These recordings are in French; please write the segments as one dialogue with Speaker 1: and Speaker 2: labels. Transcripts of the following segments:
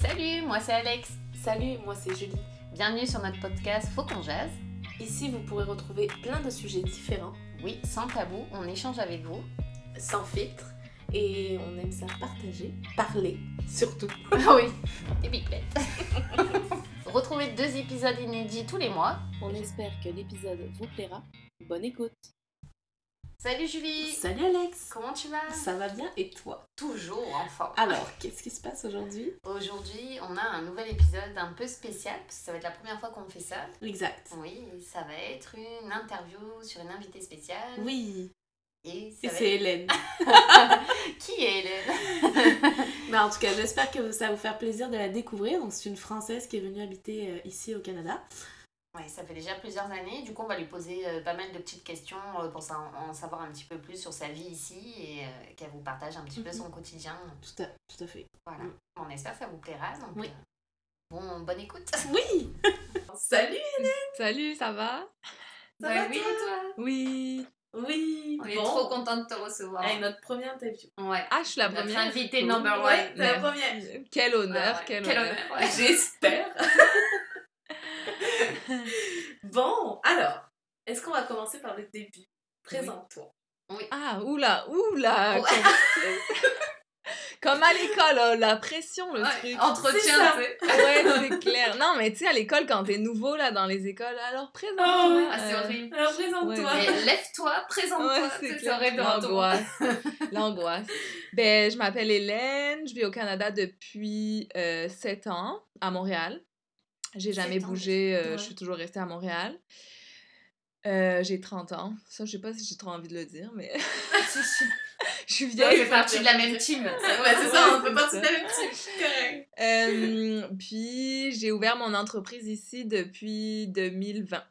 Speaker 1: Salut, moi c'est Alex.
Speaker 2: Salut, moi c'est Julie.
Speaker 1: Bienvenue sur notre podcast Faut qu'on jase.
Speaker 2: Ici, vous pourrez retrouver plein de sujets différents,
Speaker 1: Oui, sans tabou, on échange avec vous.
Speaker 2: sans filtre, et on aime ça partager, parler, surtout.
Speaker 1: Ah oui, des pipelettes. Ben. Retrouvez deux épisodes inédits tous les mois.
Speaker 2: On espère que l'épisode vous plaira. Bonne écoute.
Speaker 1: Salut Julie
Speaker 2: Salut Alex.
Speaker 1: Comment tu vas
Speaker 2: Ça va bien et toi
Speaker 1: Toujours en forme.
Speaker 2: Alors, qu'est-ce qui se passe aujourd'hui
Speaker 1: Aujourd'hui, on a un nouvel épisode un peu spécial, parce que ça va être la première fois qu'on fait ça.
Speaker 2: Exact.
Speaker 1: Oui, ça va être une interview sur une invitée spéciale.
Speaker 2: Oui,
Speaker 1: Et ça
Speaker 2: et
Speaker 1: va
Speaker 2: c'est Hélène.
Speaker 1: être- Qui est Hélène
Speaker 2: Mais en tout cas, j'espère que ça va vous faire plaisir de la découvrir. Donc, c'est une Française qui est venue habiter euh, ici au Canada.
Speaker 1: Ouais, ça fait déjà plusieurs années. Du coup, on va lui poser euh, pas mal de petites questions euh, pour sa- en savoir un petit peu plus sur sa vie ici et euh, qu'elle vous partage un petit peu
Speaker 2: Mhm.
Speaker 1: son quotidien.
Speaker 2: Tout à, tout à fait.
Speaker 1: Voilà.
Speaker 2: Mm.
Speaker 1: On espère que ça vous plaira. Donc,
Speaker 2: Oui.
Speaker 1: euh, bon, bonne écoute.
Speaker 2: Oui Salut
Speaker 3: Salut, ça va
Speaker 2: Ça va,
Speaker 1: oui,
Speaker 2: toi
Speaker 1: toi
Speaker 3: Oui.
Speaker 2: Oui
Speaker 1: On est trop contents de te recevoir.
Speaker 2: Avec notre première interview.
Speaker 1: Ouais.
Speaker 3: Ah, je suis la
Speaker 1: Notre
Speaker 3: première.
Speaker 1: invitée
Speaker 3: du coup.
Speaker 1: number one.
Speaker 2: Ouais, t'es la
Speaker 3: Merci.
Speaker 2: première.
Speaker 3: Quel honneur,
Speaker 1: Ah ouais,
Speaker 3: quel,
Speaker 1: quel
Speaker 3: honneur.
Speaker 1: honneur, ouais.
Speaker 2: J'espère. bon, alors, est-ce qu'on va commencer par le début Présente-toi.
Speaker 3: Ah, oula,
Speaker 1: Ouais.
Speaker 3: oula. comme- Comme à l'école, oh, la pression, le
Speaker 1: Ouais,
Speaker 3: truc.
Speaker 2: C'est
Speaker 1: Entretien.
Speaker 2: ça.
Speaker 1: tu sais.
Speaker 3: Ouais, c'est clair. Non, mais tu sais, à l'école, quand t'es nouveau, là, dans les écoles, alors Euh, présente
Speaker 2: Ah ouais.
Speaker 1: Ah, c'est horrible.
Speaker 2: Alors, présente-toi.
Speaker 3: Ouais.
Speaker 1: Mais Lève-toi, présente-toi.
Speaker 3: Ouais,
Speaker 1: tu
Speaker 3: c'est
Speaker 1: sais,
Speaker 3: clair.
Speaker 1: aurait été un tour.
Speaker 3: L'angoisse. L'angoisse. Ben, je m'appelle Hélène, je vis au Canada depuis 7 ans, à Montréal. J'ai
Speaker 1: Sept
Speaker 3: jamais
Speaker 1: ans,
Speaker 3: bougé, euh,
Speaker 2: ouais.
Speaker 3: je suis toujours restée à Montréal. Euh, j'ai 30 ans. Ça, je sais pas si j'ai trop envie de le dire, mais je suis
Speaker 1: On
Speaker 3: vieille.
Speaker 1: fait partie de la même team.
Speaker 2: Ouais, ben, c'est ça, on
Speaker 3: Ouais,
Speaker 2: fait partie
Speaker 3: c'est
Speaker 2: de la même team. Correct.
Speaker 3: Euh, puis, j'ai ouvert mon entreprise ici depuis 2020,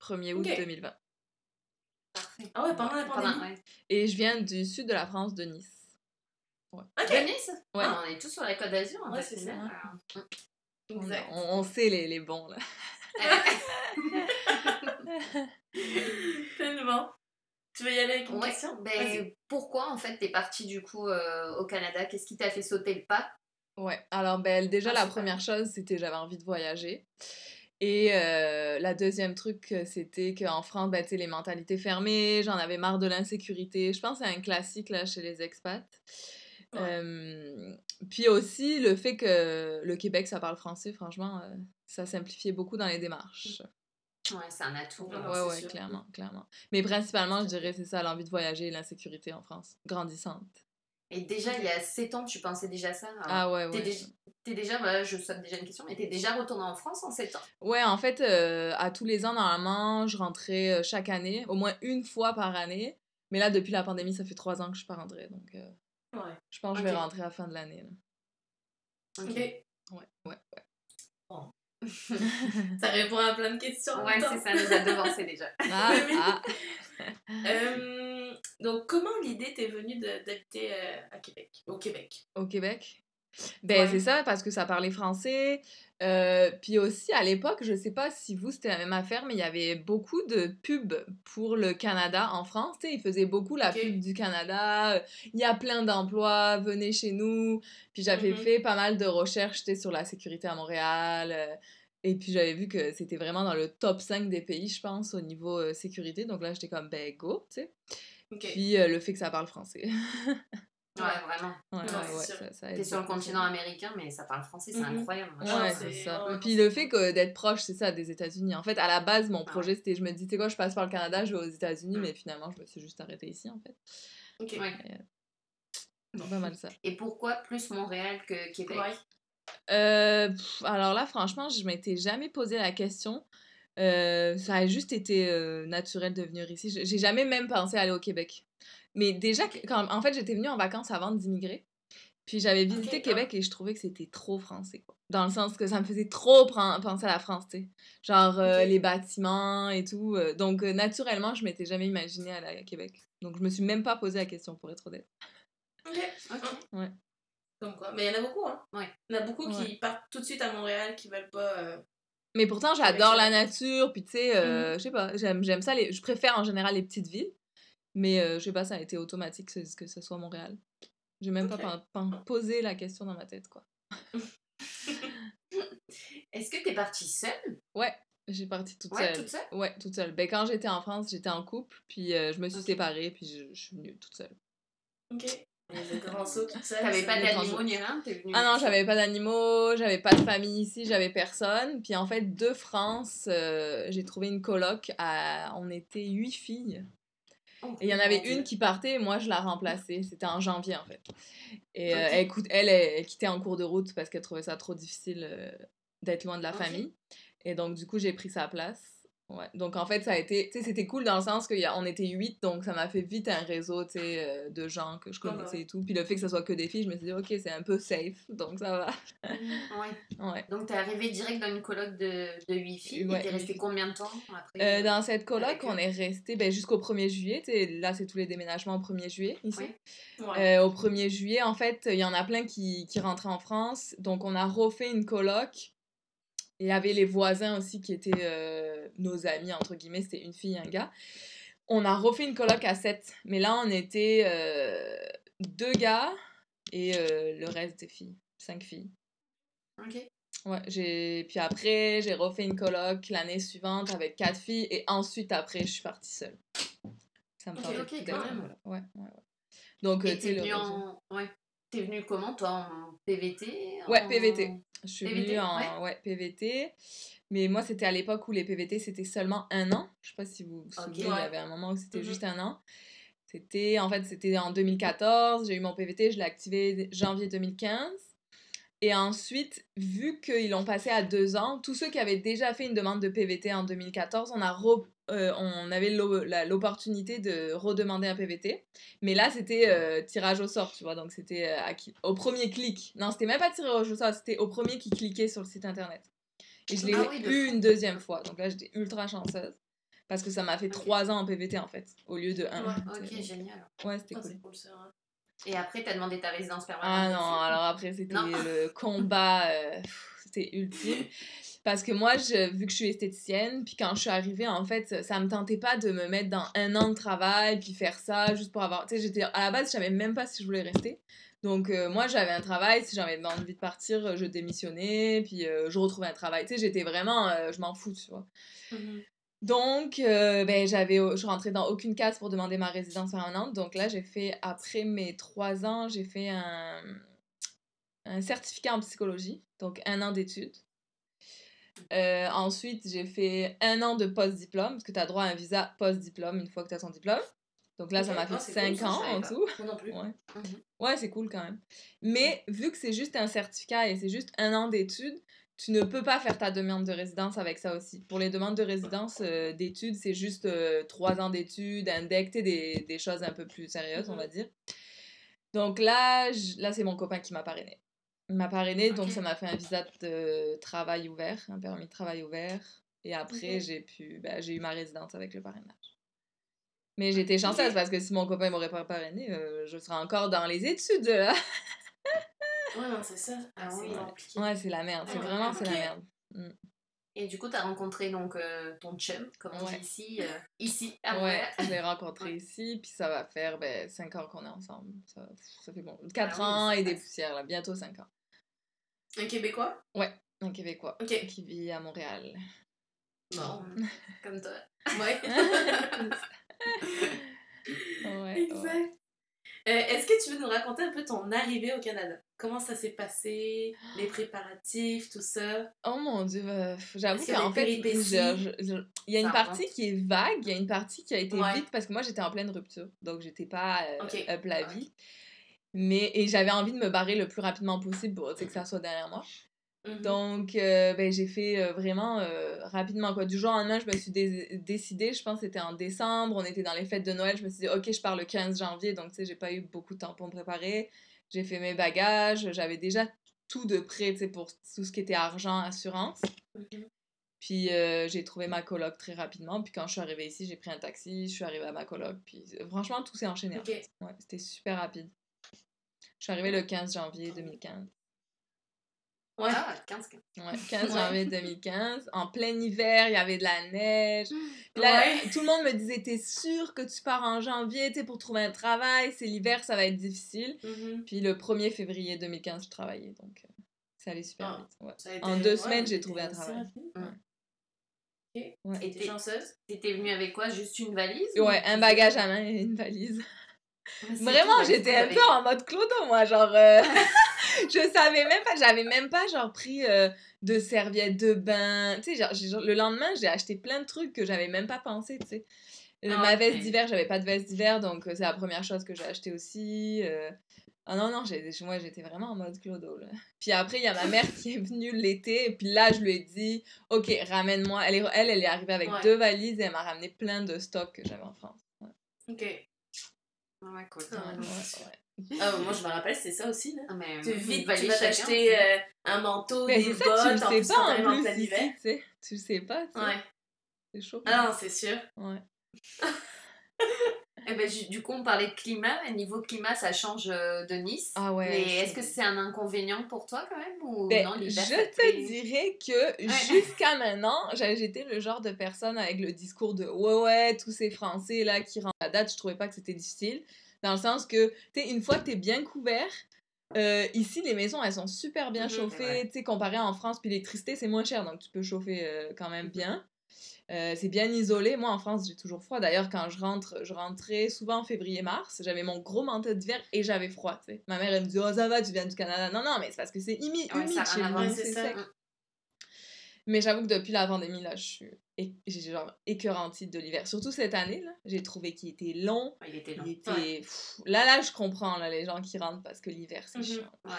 Speaker 3: 1er août
Speaker 2: Ok.
Speaker 3: 2020.
Speaker 1: Parfait.
Speaker 2: Ah ouais, pendant la
Speaker 1: Pendant,
Speaker 2: pandémie.
Speaker 1: ouais.
Speaker 3: Et je viens du sud de la France, de Nice.
Speaker 2: Ok.
Speaker 1: Venise
Speaker 3: Ouais.
Speaker 1: Ah, on est tous sur la Côte d'Azur. en
Speaker 2: Ouais,
Speaker 1: fait, Mm.
Speaker 2: c'est ça.
Speaker 1: là.
Speaker 3: On,
Speaker 2: Exact.
Speaker 3: on- on sait les, les bons, là.
Speaker 2: Tellement. Tu veux y aller avec une
Speaker 1: Ouais,
Speaker 2: question
Speaker 1: ben,
Speaker 2: Vas-y.
Speaker 1: pourquoi en fait t'es partie du coup euh, au Canada Qu'est-ce qui t'a fait sauter le pas
Speaker 3: Ouais, alors ben, déjà
Speaker 1: Ah,
Speaker 3: la
Speaker 1: super.
Speaker 3: première chose c'était j'avais envie de voyager. Et euh, la deuxième truc euh, c'était qu'en France, ben, tu sais, les mentalités fermées, j'en avais marre de l'insécurité. Je pense que c'est un classique là chez les expats.
Speaker 2: Ouais.
Speaker 3: Euh, puis aussi le fait que le Québec ça parle français, franchement, euh, ça simplifiait beaucoup dans les démarches.
Speaker 1: Ouais, c'est un atout.
Speaker 2: Ouais,
Speaker 1: hein.
Speaker 3: ouais,
Speaker 2: c'est
Speaker 3: ouais,
Speaker 2: sûr.
Speaker 3: clairement, clairement. Mais principalement, je dirais c'est ça, l'envie de voyager et l'insécurité en France, grandissante.
Speaker 1: Et déjà il y a 7 ans, tu pensais déjà à ça hein.
Speaker 3: Ah ouais,
Speaker 1: T'es
Speaker 3: ouais.
Speaker 1: déjà, t'es déjà voilà, je saute déjà une question, mais t'es déjà retournée en France en 7 ans
Speaker 3: Ouais, en fait, euh, à tous les ans, normalement, je rentrais euh, chaque année, au moins une fois par année. Mais là, depuis la pandémie, ça fait trois ans que je suis pas rentrée. Donc, euh,
Speaker 2: Ouais.
Speaker 3: je pense que je vais
Speaker 1: Ok.
Speaker 3: rentrer à la fin de l'année. là.
Speaker 2: Ok.
Speaker 3: Ouais, ouais, ouais.
Speaker 2: Ça répond à plein de questions. en
Speaker 1: Ouais,
Speaker 2: même temps.
Speaker 1: c'est ça, nous a devancé déjà.
Speaker 3: Ah, ah.
Speaker 2: Euh, donc, comment l'idée t'est venue de- d'habiter euh, à Québec Au Québec.
Speaker 3: au Québec. Ben,
Speaker 2: Ouais.
Speaker 3: c'est ça, parce que ça parlait français. Euh, puis aussi, à l'époque, je sais pas si vous, c'était la même affaire, mais il y avait beaucoup de pubs pour le Canada en France. Tu sais, ils faisaient beaucoup la
Speaker 2: Ok.
Speaker 3: pub du Canada. euh, Il y a plein d'emplois, venez chez nous. Puis j'avais
Speaker 2: Mhm.
Speaker 3: fait pas mal de recherches tu sais, sur la sécurité à Montréal. euh, et puis j'avais vu que c'était vraiment dans le top 5 des pays, je pense, au niveau euh, sécurité. Donc là, j'étais comme, ben go, tu sais.
Speaker 2: Ok.
Speaker 3: Puis euh, le fait que ça parle français.
Speaker 1: Ouais,
Speaker 2: Ouais.
Speaker 1: vraiment.
Speaker 3: Ouais,
Speaker 2: Ouais,
Speaker 3: ouais,
Speaker 2: c'est
Speaker 3: ouais,
Speaker 2: sûr.
Speaker 3: ça- ça
Speaker 1: T'es
Speaker 3: aide
Speaker 1: sur le
Speaker 3: beaucoup.
Speaker 1: continent américain, mais ça parle français, c'est
Speaker 2: Mhm.
Speaker 1: incroyable. moi, je
Speaker 3: Ouais,
Speaker 2: pense
Speaker 1: trouve.
Speaker 2: que
Speaker 3: c'est
Speaker 2: c'est
Speaker 3: ça.
Speaker 2: vraiment
Speaker 3: Puis le fait que d'être proche, c'est ça, des États-Unis. En fait, à la base, mon
Speaker 1: Ah
Speaker 3: projet, c'était je me dis, tu sais quoi, je passe par le Canada, je vais aux États-Unis,
Speaker 1: Mm.
Speaker 3: mais finalement, je me suis juste arrêtée ici, en fait.
Speaker 2: Ok.
Speaker 1: Ouais.
Speaker 3: C'est pas mal ça.
Speaker 1: Et pourquoi plus Montréal que Québec
Speaker 2: Ouais.
Speaker 3: Euh, pff, alors là, franchement, je m'étais jamais posé la question. Euh, ça a juste été euh, naturel de venir ici. Je- J'ai jamais même pensé aller au Québec. Mais déjà, que- quand, en fait, j'étais venue en vacances avant d'immigrer. Puis j'avais visité
Speaker 2: Ok. hein.
Speaker 3: Québec et je trouvais que c'était trop français. quoi. Dans le sens que ça me faisait trop pren- penser à la France, tu sais. Genre euh,
Speaker 2: Ok.
Speaker 3: les bâtiments et tout. euh, donc euh, naturellement, je m'étais jamais imaginée aller à Québec. Donc je me suis même pas posé la question pour être honnête.
Speaker 2: Ok.
Speaker 1: Ok.
Speaker 2: Comme quoi. Mais il y en a beaucoup, hein.
Speaker 1: Ouais.
Speaker 2: Il y en a beaucoup qui partent tout de suite à Montréal, qui veulent pas. euh,
Speaker 3: Mais pourtant,
Speaker 2: Avec
Speaker 3: j'adore
Speaker 2: la Mhm.
Speaker 3: la nature, puis tu sais, euh, je sais pas, j'aime j'aime ça, les... je préfère en général les petites villes, mais euh, je sais pas, ça a été automatique que ce- que ce soit Montréal. J'ai même
Speaker 2: Ok.
Speaker 3: pas pen- pen- posé la question dans ma tête, quoi.
Speaker 1: t'es partie seule
Speaker 3: Ouais, j'ai parti toute
Speaker 1: Ouais,
Speaker 3: seule.
Speaker 1: toute seule
Speaker 3: Ouais, toute seule. Ben, quand j'étais en France, j'étais en couple, puis euh, je me suis
Speaker 4: Ok.
Speaker 3: séparée, puis je, je suis venue toute seule.
Speaker 4: Ok.
Speaker 1: Les grands sauts toute seule.
Speaker 5: T'avais
Speaker 1: c'est-
Speaker 5: pas
Speaker 3: le
Speaker 5: d'animaux
Speaker 3: transit.
Speaker 5: ni rien, t'es venue.
Speaker 3: Ah non, j'avais pas d'animaux, j'avais pas de famille ici, j'avais personne. Puis en fait, de France, euh, j'ai trouvé une coloc à. On était huit filles.
Speaker 1: Oh,
Speaker 3: Et il y en avait une qui partait, et moi je la remplaçais. C'était en janvier en fait. Et euh,
Speaker 4: Ok.
Speaker 3: elle, coûte- elle, elle, elle quittait en cours de route parce qu'elle trouvait ça trop difficile euh, d'être loin de la
Speaker 5: Ok.
Speaker 3: famille. Et donc du coup, j'ai pris sa place. Ouais. Donc en fait, ça a été. Tu sais, c'était cool dans le sens qu'on était huit, donc ça m'a fait vite un réseau tu sais, euh, de gens que je
Speaker 4: Ah bah
Speaker 3: connaissais
Speaker 4: ouais.
Speaker 3: et tout. Puis le fait que ce soit que des filles, je me suis dit, ok, c'est un peu safe, donc ça va.
Speaker 5: Ouais.
Speaker 3: Ouais.
Speaker 1: Donc t'es arrivée direct dans une coloc de, de 8 filles.
Speaker 3: Ouais,
Speaker 1: et t'es
Speaker 3: huit
Speaker 1: restée
Speaker 3: filles.
Speaker 1: combien de temps après
Speaker 3: Euh, dans cette coloc,
Speaker 1: Avec eux.
Speaker 3: on est resté ben, jusqu'au 1er juillet. tu sais, Là, c'est tous les déménagements au 1er juillet ici.
Speaker 5: Oui.
Speaker 4: Ouais.
Speaker 3: Euh, au 1er juillet, en fait, il y en a plein qui, qui rentraient en France. Donc, on a refait une coloc. Il y avait les voisins aussi qui étaient euh, nos amis, entre guillemets. C'était une fille et un gars. On a refait une coloc à 7. Mais là, on était euh, deux gars et euh, le reste des filles. Cinq filles.
Speaker 5: Ok.
Speaker 3: Ouais, j'ai... Puis après, j'ai refait une coloc l'année suivante avec quatre filles et ensuite, après, je suis partie seule. Ça me
Speaker 5: Ok,
Speaker 3: parlait
Speaker 5: ok,
Speaker 3: plus
Speaker 5: quand
Speaker 3: d'être-
Speaker 5: même.
Speaker 3: voilà. Ouais, ouais, ouais. Donc, euh,
Speaker 1: Et
Speaker 3: tu sais,
Speaker 1: t'es
Speaker 3: le
Speaker 1: venue
Speaker 3: réseau.
Speaker 1: en... Ouais. T'es venue comment toi En PVT
Speaker 3: Ouais,
Speaker 1: en-
Speaker 3: PVT. Je suis
Speaker 1: PVT,
Speaker 3: venue en ouais, PVT. Mais moi, c'était à l'époque où les PVT, c'était seulement un an. Je sais pas si vous vous souvenez, il y
Speaker 1: ouais.
Speaker 3: avait un moment où c'était
Speaker 4: Mhm.
Speaker 3: juste un an. C'était, en fait, c'était en 2014. J'ai eu mon PVT, je l'ai activé janvier 2015. Et ensuite, vu qu'ils l'ont passé à deux ans, tous ceux qui avaient déjà fait une demande de PVT en 2014, on, a re- euh, on avait l'o- la- l'opportunité de redemander un PVT. Mais là, c'était euh, tirage au sort, tu vois. Donc, c'était euh, à qui- au premier clic. Non, c'était même pas tirage au sort, c'était au premier qui cliquait sur le site internet. Et je l'ai
Speaker 1: Ah oui, de
Speaker 3: eu une deuxième fois. Donc là, j'étais ultra chanceuse. Parce que ça m'a fait trois ans en PVT, en fait, au lieu de un.
Speaker 1: Ok,
Speaker 3: tu sais.
Speaker 1: génial.
Speaker 3: Ouais, c'était
Speaker 4: Ah,
Speaker 3: cool.
Speaker 4: c'est cool, ça,
Speaker 2: hein.
Speaker 4: ouais.
Speaker 1: Et après t'as demandé ta résidence
Speaker 3: Ah
Speaker 1: permanente.
Speaker 3: non, alors après, c'était
Speaker 1: Non.
Speaker 3: le combat, euh, pff, c'était ultime. Parce que moi, je, vu que je suis esthéticienne, puis quand je suis arrivée, en fait, ça me tentait pas de me mettre dans un an de travail, puis faire ça juste pour avoir. Tu sais, j'étais à la base, je savais même pas si je voulais rester. Donc, euh, moi, j'avais un travail, si j'avais envie de partir, euh, je démissionnais, puis euh, je retrouvais un travail. Tu sais, j'étais vraiment, euh, je m'en fous, tu vois.
Speaker 2: Mhm.
Speaker 3: Donc, euh, ben, j'avais, je rentrais dans aucune case pour demander ma résidence permanente. Donc là, j'ai fait, après mes trois ans, j'ai fait un, un certificat en psychologie, donc un an d'études. Euh, ensuite, j'ai fait un an de post-diplôme, parce que tu as droit à un visa post-diplôme une fois que tu as ton diplôme. Donc là, ça
Speaker 1: Ok,
Speaker 3: m'a
Speaker 1: ah, c'est
Speaker 3: fait cinq
Speaker 1: cool, ça, je
Speaker 3: ans
Speaker 1: savais
Speaker 3: en
Speaker 1: pas.
Speaker 3: tout.
Speaker 1: Moi non plus.
Speaker 3: Ouais, c'est cool quand même. Mais vu que c'est juste un certificat et c'est juste un an d'études, tu ne peux pas faire ta demande de résidence avec ça aussi. Pour les demandes de résidence euh, d'études, c'est juste euh, trois ans d'études, un DEC, t'sais, des, des choses un peu plus sérieuses, on va dire. Donc là, je- là c'est mon copain qui m'a parrainé. Il m'a parrainé, donc
Speaker 1: Ok.
Speaker 3: ça m'a fait un visa de travail ouvert, un permis de travail ouvert. Et après, j'ai pu, bah, j'ai eu ma résidence avec le parrainage. Mais j'étais chanceuse parce que si mon copain m'aurait pas parrainé, euh, je serais encore dans les études. hein. là.
Speaker 4: Ouais, non, c'est ça.
Speaker 1: Ah
Speaker 4: c'est
Speaker 1: oui.
Speaker 4: compliqué.
Speaker 3: Ouais, c'est la merde. C'est
Speaker 1: Ah Ouais.
Speaker 3: vraiment c'est
Speaker 4: Ok.
Speaker 3: la merde.
Speaker 1: Et du coup t'as rencontré donc euh, ton chum, comme on
Speaker 3: Ouais.
Speaker 1: dit ici, euh, ici à
Speaker 3: ouais,
Speaker 1: Montréal.
Speaker 3: je l'ai rencontré ici, puis ça va faire ben, 5 ans qu'on est ensemble. Ça, ça fait bon. 4
Speaker 1: Ah oui,
Speaker 3: ans
Speaker 1: ça
Speaker 3: et des
Speaker 1: passe.
Speaker 3: poussières, là. Bientôt 5 ans.
Speaker 4: Un Québécois
Speaker 3: Un Québécois
Speaker 4: Ok.
Speaker 3: qui vit à Montréal.
Speaker 1: Bon, comme toi.
Speaker 4: Ouais.
Speaker 3: Ouais,
Speaker 4: exact.
Speaker 3: ouais.
Speaker 4: Euh, Est-ce que tu veux nous raconter un peu ton arrivée au Canada Comment ça s'est passé Les préparatifs, tout ça
Speaker 3: Oh mon dieu, euh, j'avoue
Speaker 4: Est-ce qu'il y a
Speaker 3: qu'en
Speaker 4: des
Speaker 3: fait,
Speaker 4: péripéties
Speaker 3: je- je- je- il y a
Speaker 1: Ça
Speaker 3: une partie
Speaker 1: remonte.
Speaker 3: qui est vague, il y a une partie qui a été
Speaker 4: Ouais.
Speaker 3: vite parce que moi j'étais en pleine rupture, donc j'étais pas euh,
Speaker 4: Ok.
Speaker 3: up la vie. Mais, et j'avais envie de me barrer le plus rapidement possible pour tu sais, que ça soit derrière moi.
Speaker 1: Mmh.
Speaker 4: Mhm.
Speaker 3: Donc, euh, ben, j'ai fait euh, vraiment euh, rapidement. Quoi. Du jour au lendemain, je me suis dé- décidée, je pense que c'était en décembre, on était dans les fêtes de Noël, je me suis dit, ok, je pars le 15 janvier, donc tu sais, j'ai pas eu beaucoup de temps pour me préparer. J'ai fait mes bagages, j'avais déjà tout de prêt tu sais, pour tout ce qui était argent, assurance.
Speaker 4: Mhm.
Speaker 3: Puis euh, j'ai trouvé ma coloc très rapidement. Puis quand je suis arrivée ici, j'ai pris un taxi, je suis arrivée à ma coloc. Puis euh, franchement, tout s'est enchaîné. en
Speaker 4: Ok.
Speaker 3: fait. Ouais, c'était super rapide. Je suis arrivée le 15 janvier 2015.
Speaker 4: Ouais.
Speaker 1: Ah, 15 15.
Speaker 3: Ouais, 15
Speaker 4: Ouais.
Speaker 3: janvier 2015, en plein hiver, il y avait de la neige. Puis là,
Speaker 4: Ouais.
Speaker 3: tout le monde me disait T'es sûr que tu pars en janvier tu sais, pour trouver un travail C'est l'hiver, ça va être difficile.
Speaker 4: Mhm.
Speaker 3: Puis le 1er février 2015, je travaillais donc. euh, Ça allait super
Speaker 1: Ah.
Speaker 3: vite. ouais.
Speaker 1: Ça a été-
Speaker 3: En deux
Speaker 1: ouais,
Speaker 3: semaines, j'ai
Speaker 1: c'était
Speaker 3: trouvé un
Speaker 1: assez
Speaker 3: travail.
Speaker 1: rapide.
Speaker 3: Ouais.
Speaker 1: Et t'es chanceuse T'étais venue avec quoi Juste une valise ou-
Speaker 3: Ouais, un bagage à main et une valise.
Speaker 1: C'est tout,
Speaker 3: Vraiment,
Speaker 1: ouais,
Speaker 3: j'étais un
Speaker 1: avec-
Speaker 3: peu en mode clodo, moi, genre... euh, je savais même pas, j'avais même pas, genre, pris euh, de serviettes de bain. Tu sais, genre, j'ai- genre, le lendemain, j'ai acheté plein de trucs que j'avais même pas pensé, tu sais. Euh,
Speaker 1: Ah,
Speaker 3: ma
Speaker 1: ok.
Speaker 3: veste d'hiver, j'avais pas de veste d'hiver, donc euh, c'est la première chose que j'ai acheté aussi. euh. Ah non, non, j'ai- moi, j'étais vraiment en mode clodo, là. Puis après, il y a ma mère qui est venue l'été, et puis là, je lui ai dit, « Ok, ramène-moi... » elle, est- elle, elle est arrivée avec
Speaker 1: Ouais.
Speaker 3: deux valises, et elle m'a ramené plein de stocks que j'avais en France.
Speaker 1: Ok. Ouais, cool.
Speaker 3: Ouais,
Speaker 1: Ah,
Speaker 3: ouais, ouais.
Speaker 2: Ah, moi, je me rappelle, c'est ça aussi, là.
Speaker 1: mais,
Speaker 2: Tu
Speaker 1: euh,
Speaker 2: vite,
Speaker 1: valise
Speaker 2: tu vas
Speaker 1: chacun,
Speaker 2: t'acheter
Speaker 1: c'est-
Speaker 2: euh, un manteau,
Speaker 3: Mais
Speaker 2: des
Speaker 3: c'est ça,
Speaker 2: bottes,
Speaker 3: tu le
Speaker 2: en
Speaker 3: sais
Speaker 2: plus, quand
Speaker 3: pas
Speaker 2: t'arrives
Speaker 3: en
Speaker 2: en
Speaker 3: plus,
Speaker 2: plein
Speaker 3: ici,
Speaker 2: hiver.
Speaker 3: tu sais. Tu le sais pas, tu sais.
Speaker 1: Ouais.
Speaker 3: C'est chaud.
Speaker 2: Ah non, c'est sûr.
Speaker 3: Ouais.
Speaker 1: Eh ben, du, du coup, on parlait de climat. mais Niveau climat, ça change euh, de Nice.
Speaker 3: Ah ouais.
Speaker 1: Mais est-ce que c'est un inconvénient pour toi quand même ou
Speaker 3: Ben,
Speaker 1: oh non
Speaker 3: je
Speaker 1: l'hiver, ça te
Speaker 3: te
Speaker 1: plaît
Speaker 3: dirais que jusqu'à maintenant, j'a- j'étais le genre de personne avec le discours de ouais ouais, tous ces Français là qui rentrent à date, je trouvais pas que c'était difficile. Dans le sens que, tu sais, une fois que t'es bien couvert, euh, ici les maisons elles sont super bien
Speaker 1: Mhm, c'est
Speaker 3: chauffées, tu sais, comparé en France, puis l'électricité c'est moins cher donc tu peux chauffer euh, quand
Speaker 1: Mhm.
Speaker 3: même bien. Euh, c'est bien isolé. Moi en France j'ai toujours froid. D'ailleurs quand je rentre, je rentrais souvent en février-mars. J'avais mon gros manteau d'hiver et j'avais froid. tu sais. Ma mère elle me dit oh ça va tu viens du Canada. Non non mais c'est parce que c'est humi- humide,
Speaker 1: Ouais, ça a
Speaker 3: chez
Speaker 1: rien à
Speaker 3: nous,
Speaker 1: voir,
Speaker 3: c'est
Speaker 2: c'est ça.
Speaker 3: sec. Mais j'avoue que depuis la pandémie, là, je suis é- j'ai genre écœurantite de l'hiver. Surtout cette année, là, j'ai trouvé qu'il était long.
Speaker 1: Ouais, Il était long.
Speaker 3: Il était... pff, là, là, je comprends, là, les gens qui rentrent parce que l'hiver, c'est
Speaker 2: Mhm.
Speaker 3: chiant.
Speaker 1: Ouais.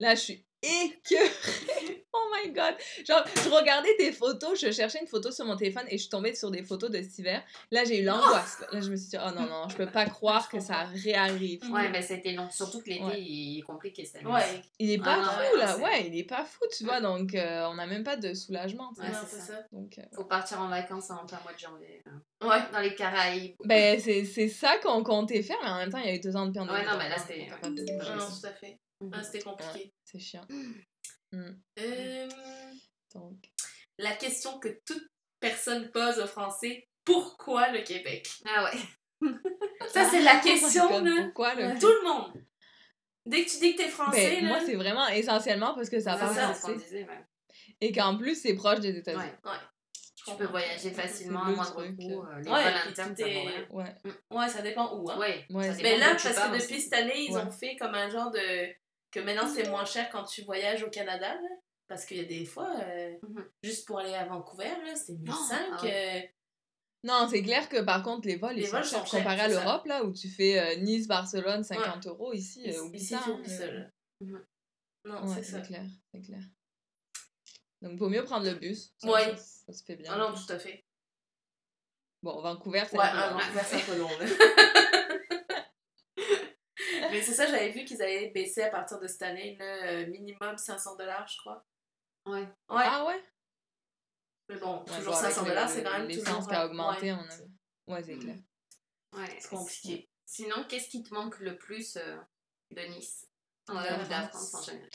Speaker 3: Là, je suis écœurée. oh my God. Genre, je regardais tes photos, je cherchais une photo sur mon téléphone et je suis tombée sur des photos de cet hiver. Là, j'ai eu l'angoisse. Là. Là, je me suis dit, oh non, non, je peux pas croire que ça réarrive.
Speaker 2: Mhm.
Speaker 1: Ouais, ben, mais c'était long. Surtout que l'été,
Speaker 3: Ouais.
Speaker 1: il est compliqué cette année.
Speaker 2: Ouais,
Speaker 3: Il est
Speaker 1: Ah
Speaker 3: pas
Speaker 1: non,
Speaker 3: fou,
Speaker 2: ouais,
Speaker 3: là.
Speaker 2: c'est-
Speaker 3: Ouais, il est pas fou, tu vois. Donc, euh, on n'a même pas de soulagement. tu sais.
Speaker 1: Ouais,
Speaker 2: non,
Speaker 1: c'est
Speaker 2: c'est
Speaker 1: ça.
Speaker 2: ça.
Speaker 3: Donc, euh,
Speaker 1: Faut partir en vacances en plein mois de janvier. euh,
Speaker 2: Ouais.
Speaker 1: Dans les Caraïbes.
Speaker 3: Ben, c'est c'est ça qu'on comptait faire, mais en même temps, il y a eu deux ans de pandémie.
Speaker 1: Ouais, non,
Speaker 3: donc
Speaker 1: mais là,
Speaker 3: on
Speaker 1: c'était-
Speaker 3: était capable de-
Speaker 2: Ah Non,
Speaker 1: Ouais.
Speaker 2: tout à fait.
Speaker 1: Mhm.
Speaker 2: Ah, C'était compliqué.
Speaker 3: C'est chiant.
Speaker 2: Euh,
Speaker 3: Donc,
Speaker 2: la question que toute personne pose aux Français, pourquoi le Québec?
Speaker 1: Ah ouais.
Speaker 2: Ça, c'est la
Speaker 3: Oh my
Speaker 2: question,
Speaker 3: God,
Speaker 2: là.
Speaker 3: Pourquoi le.
Speaker 2: Tout le monde. Dès que tu dis que t'es français,
Speaker 3: Ben,
Speaker 2: là,
Speaker 3: moi, c'est vraiment essentiellement parce que ça
Speaker 1: C'est
Speaker 3: parle
Speaker 2: ça,
Speaker 1: ce qu'on
Speaker 3: français.
Speaker 1: disait même.
Speaker 3: Et qu'en plus, c'est proche des
Speaker 1: Ouais.
Speaker 3: États-Unis.
Speaker 2: je
Speaker 1: Tu
Speaker 2: comprends.
Speaker 1: peux voyager facilement,
Speaker 3: le
Speaker 1: à moindre
Speaker 3: truc,
Speaker 1: coût. euh, les
Speaker 2: Ouais,
Speaker 1: vols
Speaker 2: puis
Speaker 1: internes,
Speaker 2: tout
Speaker 1: ça vaut
Speaker 2: est-
Speaker 1: rien.
Speaker 3: Ouais.
Speaker 2: Ouais, ça dépend où, hein.
Speaker 1: Ouais.
Speaker 3: Ouais.
Speaker 1: ça
Speaker 3: Mais
Speaker 1: dépend
Speaker 2: Mais là,
Speaker 1: d'où tu
Speaker 2: parce
Speaker 1: pars
Speaker 2: que
Speaker 1: aussi.
Speaker 2: depuis cette année, ils
Speaker 3: Ouais.
Speaker 2: ont fait comme un genre de... Que maintenant, c'est moins cher quand tu voyages au Canada, là. Parce qu'il y a des fois, euh,
Speaker 1: Mhm.
Speaker 2: juste pour aller à Vancouver, là, c'est euh, 1005.
Speaker 1: ah
Speaker 3: Non, c'est clair que par contre, les vols,
Speaker 2: Les
Speaker 3: ils
Speaker 2: vols
Speaker 3: sont
Speaker 2: sont
Speaker 3: chers.
Speaker 2: chers,
Speaker 3: Comparé à
Speaker 2: c'est ça.
Speaker 3: l'Europe, là, où tu fais euh, Nice, Barcelone, 50 euros, ici, euh, oublie
Speaker 2: ici,
Speaker 3: ça.
Speaker 2: tu
Speaker 3: hein,
Speaker 2: oublies
Speaker 3: le-
Speaker 2: ça, là.
Speaker 1: Mhm.
Speaker 2: Non,
Speaker 3: Ouais,
Speaker 2: c'est ça.
Speaker 3: c'est clair. C'est clair. Donc, vaut mieux prendre le bus. Ça,
Speaker 2: Ouais.
Speaker 3: ça- Ça se fait bien.
Speaker 2: Ah non, tout à fait.
Speaker 3: Bon, Vancouver, c'est
Speaker 2: Ouais,
Speaker 3: un peu
Speaker 2: ah,
Speaker 3: long.
Speaker 2: non, c'est un peu long, là. Mais c'est ça, j'avais vu qu'ils allaient baisser à partir de cette année, là, euh, minimum 500 dollars, je crois.
Speaker 1: Ouais.
Speaker 2: Ouais.
Speaker 3: Ah ouais?
Speaker 2: Mais bon,
Speaker 3: Ouais,
Speaker 2: toujours
Speaker 3: bon, avec
Speaker 2: 500
Speaker 3: le-
Speaker 2: dollars,
Speaker 3: le-
Speaker 2: c'est quand même toujours...
Speaker 3: L'essence qui a augmenté, on a... Ouais, c'est
Speaker 2: Mhm.
Speaker 3: clair.
Speaker 1: Ouais.
Speaker 2: C'est compliqué.
Speaker 1: Sinon, qu'est-ce qui te manque le plus euh, de Nice En
Speaker 3: De
Speaker 1: dehors
Speaker 3: la
Speaker 1: de la
Speaker 3: France.
Speaker 1: France en général.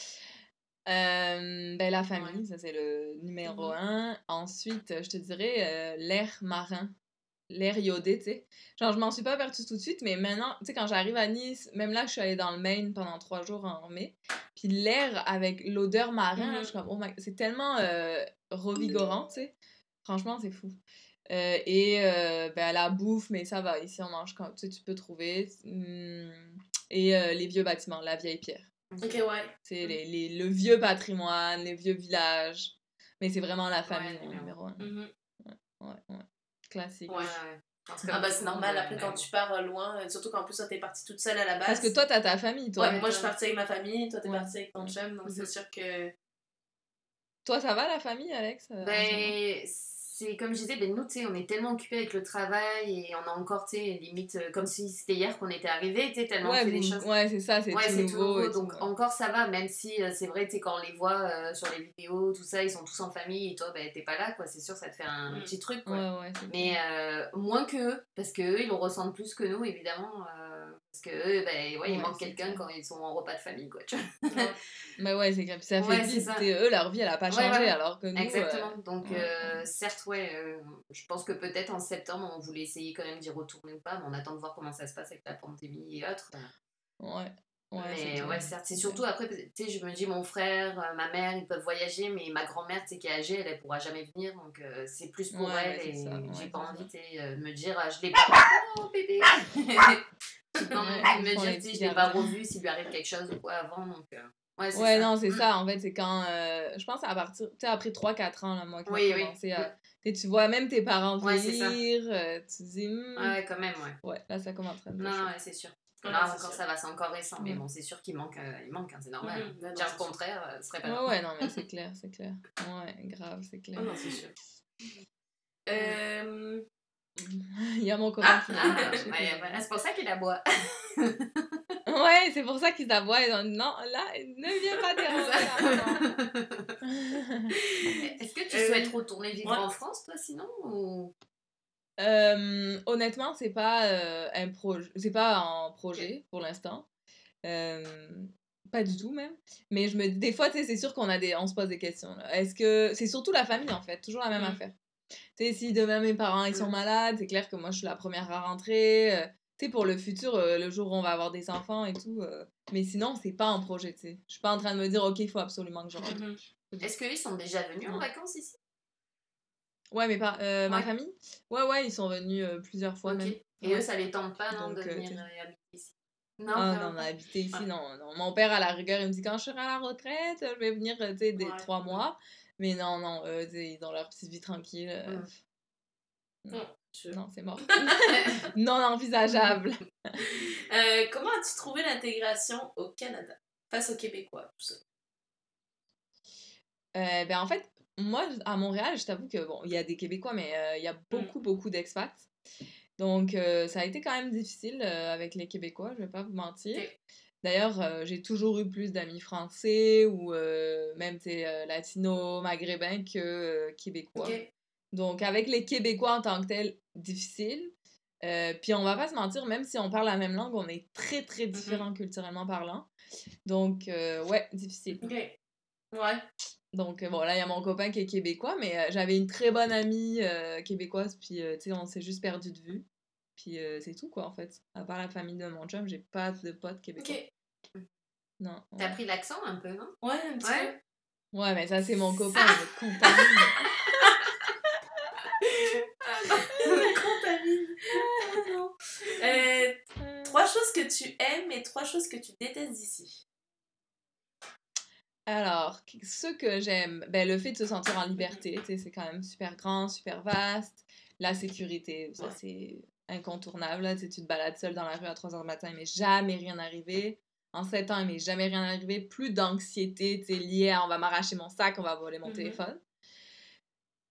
Speaker 3: Euh, ben, la famille, ça c'est le numéro un. Ensuite, je te dirais euh, l'air marin, l'air iodé, tu sais. Genre, je m'en suis pas aperçue tout de suite, mais maintenant, tu sais, quand j'arrive à Nice, même là, je suis allée dans le Maine pendant trois jours en mai. Puis l'air avec l'odeur marin, là,
Speaker 2: Mhm.
Speaker 3: je suis comme, oh my- c'est tellement euh, revigorant, tu sais. Franchement, c'est fou. Euh, et euh, ben, la bouffe, mais ça va, ici on mange quand tu sais, tu peux trouver. Hum, Et euh, les vieux bâtiments, la vieille pierre.
Speaker 2: Ok, ouais.
Speaker 3: Tu
Speaker 1: Mmh.
Speaker 3: sais, les, les- le vieux patrimoine, les vieux villages. Mais c'est vraiment la famille,
Speaker 1: Ouais,
Speaker 3: mon
Speaker 1: ouais.
Speaker 3: numéro un.
Speaker 2: Mhm.
Speaker 3: Ouais, ouais. Classique.
Speaker 2: Ouais.
Speaker 1: Parce que-
Speaker 2: Ah bah c'est normal, après
Speaker 1: Ouais,
Speaker 2: quand
Speaker 1: ouais.
Speaker 2: tu pars euh, loin, euh, surtout qu'en plus toi t'es partie toute seule à la base.
Speaker 3: Parce que toi, t'as ta famille, toi.
Speaker 2: Ouais, moi je suis partie avec ma famille, toi t'es
Speaker 3: Ouais. Mhm.
Speaker 2: partie avec ton chum, donc c'est sûr que...
Speaker 3: Toi, ça va la famille, Alex euh, en ce moment
Speaker 1: Ben, c'est comme je disais, ben nous, tu sais, on est tellement occupés avec le travail et on a encore, tu sais, limite, euh, comme si c'était hier qu'on était arrivés, tu sais, tellement on
Speaker 3: Ouais,
Speaker 1: fait des
Speaker 3: vous-
Speaker 1: choses.
Speaker 3: ouais, c'est ça, c'est
Speaker 1: Ouais,
Speaker 3: tout,
Speaker 1: c'est tout
Speaker 3: nouveau.
Speaker 1: nouveau,
Speaker 3: et tout,
Speaker 1: donc
Speaker 3: ouais.
Speaker 1: encore ça va, même si euh, c'est vrai, tu sais, quand on les voit euh, sur les vidéos, tout ça, ils sont tous en famille et toi, ben t'es pas là, quoi, c'est sûr, ça te fait un
Speaker 2: Mm.
Speaker 1: petit truc, quoi.
Speaker 3: Ouais, ouais, c'est
Speaker 1: Mais euh, moins que eux, parce que eux, ils le ressentent plus que nous, évidemment. euh, parce que eux, ben, ouais,
Speaker 3: Ouais,
Speaker 1: il manque
Speaker 3: c'est
Speaker 1: quelqu'un
Speaker 3: clair.
Speaker 1: quand ils sont en repas de famille, quoi. Tu vois.
Speaker 3: Mais ouais, c'est clair. Puis ça fait
Speaker 1: Ouais, c'est
Speaker 3: vite.
Speaker 1: ça.
Speaker 3: t'es- Eux, leur vie, elle a pas
Speaker 1: Ouais,
Speaker 3: changé,
Speaker 1: ouais.
Speaker 3: alors que nous. euh,
Speaker 1: Exactement. Donc,
Speaker 3: ouais.
Speaker 1: euh, certes, ouais, euh, je pense que peut-être en septembre, on voulait essayer quand même d'y retourner ou pas, mais on attend de voir comment ça se passe avec la pandémie et autres.
Speaker 3: ouais. Ouais, c'est
Speaker 1: mais
Speaker 3: clair.
Speaker 1: ouais, certes. C'est surtout après, tu sais, je me dis, mon frère, euh, ma mère, ils peuvent voyager, mais ma grand-mère, tu sais, qui est âgée, elle, elle pourra jamais venir. Donc, euh, c'est plus pour
Speaker 3: Ouais,
Speaker 1: elle.
Speaker 3: ouais, c'est
Speaker 1: et
Speaker 3: ça, ouais,
Speaker 1: j'ai
Speaker 3: c'est
Speaker 1: pas
Speaker 3: ça.
Speaker 1: envie, tu sais, euh, de me dire, ah, je l'ai pas. Oh, bébé J'ai pas envie de
Speaker 3: Ils font
Speaker 1: me
Speaker 3: les
Speaker 1: dire, tu sais,
Speaker 3: petits
Speaker 1: je l'ai pas
Speaker 3: gardiens.
Speaker 1: revu s'il lui arrive quelque chose ou quoi avant. Donc, euh, ouais, c'est ça.
Speaker 3: Ouais, non, c'est
Speaker 1: Mm.
Speaker 3: ça. En fait, c'est quand. euh, je pense à partir. Tu sais, après 3-4 ans, là, moi, qui
Speaker 1: Oui,
Speaker 3: m'a
Speaker 1: oui. Mmh.
Speaker 3: commencé à. tu sais, tu vois même tes parents
Speaker 1: Ouais, c'est ça.
Speaker 3: vieillir. euh, tu dis. hmm,
Speaker 1: Ouais, ouais, quand même, ouais.
Speaker 3: ouais, là, ça commence à être
Speaker 1: Non,
Speaker 3: chaud.
Speaker 1: ouais, c'est sûr.
Speaker 2: Ouais,
Speaker 1: Là,
Speaker 2: c'est
Speaker 1: encore,
Speaker 2: sûr.
Speaker 1: ça va, c'est encore récent. Mais
Speaker 3: Mm. Mm-hmm.
Speaker 1: bon, c'est sûr qu'il manque, euh, il manque, hein, c'est normal.
Speaker 2: Mhm. Non, non,
Speaker 1: Dire
Speaker 2: c'est
Speaker 1: le contraire, euh, ce serait pas
Speaker 3: Ouais,
Speaker 1: normal.
Speaker 3: Ah ouais, non, mais c'est clair, c'est clair. Ouais, grave, c'est clair.
Speaker 2: sûr. Ah, Non, non, c'est sûr. Euh,
Speaker 3: Il y a mon
Speaker 1: Ah,
Speaker 3: copain qui
Speaker 1: ah,
Speaker 3: vient me chercher, c'est
Speaker 1: ouais,
Speaker 3: bon.
Speaker 1: voilà, c'est pour ça qu'il aboie.
Speaker 3: Ouais, c'est pour ça qu'ils t'avoient. ils ont dit, Non, là, ne viens pas déranger.
Speaker 1: Est-ce que tu
Speaker 2: Euh,
Speaker 1: souhaites retourner vivre
Speaker 2: ouais.
Speaker 1: en France, toi, sinon ou...
Speaker 3: Euh, honnêtement, c'est pas euh, un projet, c'est pas en projet pour l'instant. Euh, pas du tout même. Mais je me dis des fois, tu sais, c'est sûr qu'on a des, on se pose des questions. là. Est-ce que c'est surtout la famille en fait, toujours la même
Speaker 2: Mhm.
Speaker 1: Mm.
Speaker 3: affaire. Tu sais, si demain mes parents ils sont malades, c'est clair que moi je suis la première à rentrer. euh, tu sais, pour le futur, euh, le jour où on va avoir des enfants et tout. euh, mais sinon, c'est pas en projet. Tu sais, je suis pas en train de me dire, ok, il faut absolument que je rentre.
Speaker 2: mhm.
Speaker 1: Est-ce qu'ils sont déjà venus en
Speaker 3: Ouais.
Speaker 1: vacances ici
Speaker 3: Ouais, mais pas euh, ma
Speaker 1: Ouais.
Speaker 3: famille. Ouais, ouais, ils sont venus euh, plusieurs fois
Speaker 1: Ok.
Speaker 3: même.
Speaker 1: Et eux,
Speaker 3: Ouais.
Speaker 1: ça les tente pas, non,
Speaker 3: Donc,
Speaker 1: de
Speaker 3: euh,
Speaker 1: venir
Speaker 3: t'es-
Speaker 1: euh, habiter ici Non,
Speaker 3: Ah
Speaker 1: vraiment
Speaker 3: non, mais
Speaker 1: pas.
Speaker 3: habiter ici,
Speaker 1: Ouais.
Speaker 3: non, non. Mon père, à la rigueur, il me dit quand je serai à la retraite, je vais venir, euh, tu sais, des
Speaker 2: Ouais.
Speaker 3: trois mois. Mais non, non, eux, tu sais, ils ont leur petite vie tranquille. euh,
Speaker 1: Mm.
Speaker 2: Je-
Speaker 3: Non, c'est mort. non envisageable.
Speaker 2: Euh, comment as-tu trouvé l'intégration au Canada face aux Québécois tout ça
Speaker 3: Euh, ben, en fait, moi, à Montréal, je t'avoue que, bon, il y a des Québécois, mais euh, il y a
Speaker 2: Mm.
Speaker 3: beaucoup, beaucoup d'expats. Donc, euh, ça a été quand même difficile euh, avec les Québécois, je vais pas vous mentir.
Speaker 2: Ok.
Speaker 3: D'ailleurs, euh, j'ai toujours eu plus d'amis français ou euh, même, tu sais, euh, latino, maghrébin que euh, Québécois.
Speaker 2: Ok.
Speaker 3: Donc, avec les Québécois en tant que tels, difficile. Euh, puis on va pas se mentir, même si on parle la même langue, on est très très
Speaker 2: Mm-hmm.
Speaker 3: différents culturellement parlant. Donc, euh, ouais, difficile.
Speaker 2: Ok. Ouais.
Speaker 3: Donc, euh, bon, là, il y a mon copain qui est québécois, mais euh, j'avais une très bonne amie euh, québécoise, puis, euh, tu sais, on s'est juste perdu de vue. Puis euh, c'est tout, quoi, en fait. À part la famille de mon chum, j'ai pas de potes québécois.
Speaker 2: Ok.
Speaker 3: Non.
Speaker 1: T'as
Speaker 3: Ouais.
Speaker 1: pris l'accent un peu, non
Speaker 2: Ouais, un petit
Speaker 1: Ouais.
Speaker 2: peu.
Speaker 3: Ouais, mais ça, c'est mon copain, votre compagne.
Speaker 2: Contamine. Non. Euh, trois choses que tu aimes et trois choses que tu détestes d'ici.
Speaker 3: Alors, qu- ce que j'aime, ben, le fait de se sentir en liberté, tu sais, c'est quand même super grand, super vaste. La sécurité, ça
Speaker 2: Ouais.
Speaker 3: c'est incontournable. là, Tu sais, tu te balades seul dans la rue à 3h du matin, il m'est jamais rien arrivé. En 7 ans, il m'est jamais rien arrivé. Plus d'anxiété tu sais, liée à on va m'arracher mon sac, on va voler mon
Speaker 2: Mhm.
Speaker 3: téléphone.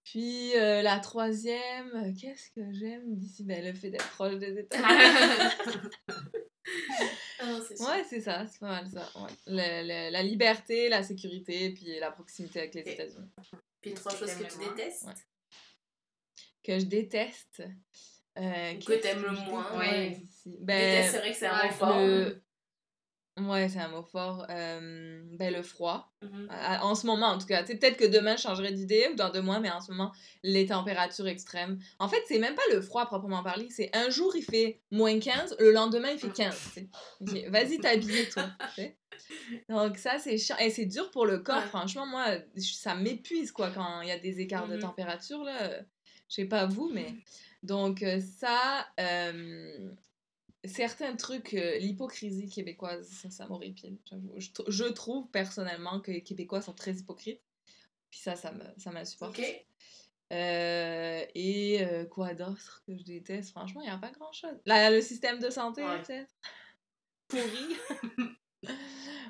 Speaker 3: Puis euh, la troisième, euh, qu'est-ce que j'aime d'ici ben, Le fait d'être proche des États-Unis.
Speaker 2: Ah non, c'est sûr.
Speaker 3: Ouais, c'est ça, c'est pas mal ça. ouais. Le- le- la liberté, la sécurité, puis la proximité avec les
Speaker 2: Et-
Speaker 3: États-Unis.
Speaker 2: Puis
Speaker 1: Qu'est-ce
Speaker 2: trois
Speaker 1: que
Speaker 2: choses que
Speaker 1: t'aimes
Speaker 2: tu
Speaker 1: le moins
Speaker 2: détestes.
Speaker 3: Ouais. que je déteste. Euh,
Speaker 2: Ou que
Speaker 3: qu'est-ce
Speaker 2: t'aimes le
Speaker 3: je
Speaker 2: moins,
Speaker 3: déteste
Speaker 1: ouais.
Speaker 3: ici?
Speaker 2: Déteste, c'est
Speaker 3: Ben,
Speaker 2: vrai que c'est un
Speaker 1: ouais,
Speaker 2: mot fort.
Speaker 3: le... Ouais, c'est un mot fort. Euh, ben, le froid.
Speaker 2: Mhm.
Speaker 3: À- En ce moment, en tout cas. Tu sais, peut-être que demain, je changerai d'idée ou dans deux mois, mais en ce moment, les températures extrêmes. En fait, c'est même pas le froid proprement parlé. C'est un jour, il fait moins 15, le lendemain, il fait 15. tu sais. Ok, Vas-y, t'habiller, toi. tu sais. Donc, ça, c'est chiant. Et c'est dur pour le corps.
Speaker 2: Ouais.
Speaker 3: Franchement, moi, je- ça m'épuise, quoi, quand il y a des écarts de
Speaker 2: Mhm.
Speaker 3: température, là. Je sais pas vous, mais... Donc euh, ça, euh, certains trucs, euh, l'hypocrisie québécoise, ça, ça m'horripile. j'avoue. Je, tr- je trouve personnellement que les Québécois sont très hypocrites. Puis ça, ça me, ça m'insupporte.
Speaker 2: Ok.
Speaker 3: Euh, et euh, quoi d'autre que je déteste Franchement, il n'y a pas grand-chose. Là, le système de santé,
Speaker 2: Ouais.
Speaker 3: peut-être. Pourri.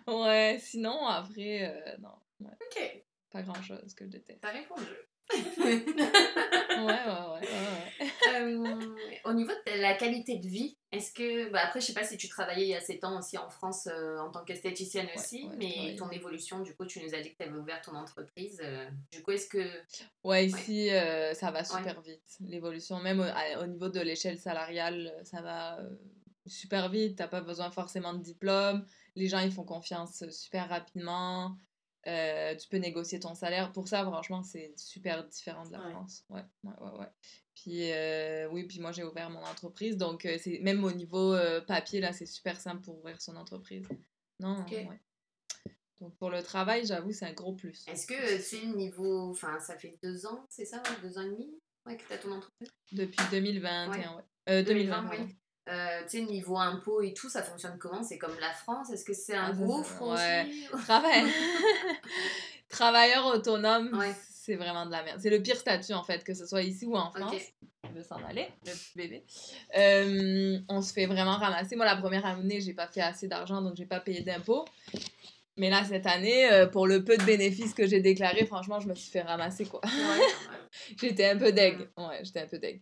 Speaker 3: ouais, sinon, après, euh, non,
Speaker 2: Ok.
Speaker 3: pas grand-chose que je déteste.
Speaker 1: T'as répondu.
Speaker 3: Ouais, ouais, ouais. ouais, ouais.
Speaker 1: Euh, au niveau de la qualité de vie, est-ce que. Bah après, je sais pas si tu travaillais il y a 7 ans aussi en France euh, en tant qu'esthéticienne aussi,
Speaker 3: ouais, je
Speaker 1: mais
Speaker 3: travaillais.
Speaker 1: ton évolution, du coup, tu nous as dit que tu avais ouvert ton entreprise. euh, du coup, est-ce que.
Speaker 3: Ouais, ici, euh, ça va super vite. L'évolution, même au, à- au niveau de l'échelle salariale, euh, ça va euh, super vite. T'as pas besoin forcément de diplôme. Les gens, ils font confiance euh, super rapidement. Euh, tu peux négocier ton salaire. Pour ça, franchement, c'est super différent de la
Speaker 2: Ouais.
Speaker 3: France. Ouais, ouais, ouais. ouais. Puis, euh, oui, puis moi, j'ai ouvert mon entreprise. Donc, euh, c'est même au niveau euh, papier, là, c'est super simple pour ouvrir son entreprise. Non,
Speaker 2: Ok.
Speaker 3: ouais. Donc pour le travail, j'avoue, c'est un gros plus.
Speaker 1: Est-ce que euh, tu es niveau. Enfin, ça fait deux ans, c'est ça ouais, Deux ans et demi ouais, que tu as ton entreprise
Speaker 3: Depuis 2021, ouais.
Speaker 1: Ouais.
Speaker 3: Euh,
Speaker 1: 2020,
Speaker 3: 2020,
Speaker 1: oui.
Speaker 3: pardon.
Speaker 1: Euh, tu sais, niveau impôts et tout, ça fonctionne comment C'est comme la France Est-ce que c'est
Speaker 3: Ah,
Speaker 1: un
Speaker 3: ça, ça-
Speaker 1: gros gouffre
Speaker 3: ouais.
Speaker 1: aussi
Speaker 3: Travail. Travailleur autonome,
Speaker 1: Ouais.
Speaker 3: c'est vraiment de la merde. C'est le pire statut, en fait, que ce soit ici ou en France.
Speaker 1: Ok.
Speaker 3: Il veut s'en aller, le petit bébé. Euh, on se fait vraiment ramasser. Moi, la première année, j'ai pas fait assez d'argent, donc j'ai pas payé d'impôts. Mais là, cette année, euh, pour le peu de bénéfices que j'ai déclarés, franchement, je me suis fait ramasser, quoi. J'étais un peu deg. Ouais, j'étais un peu deg.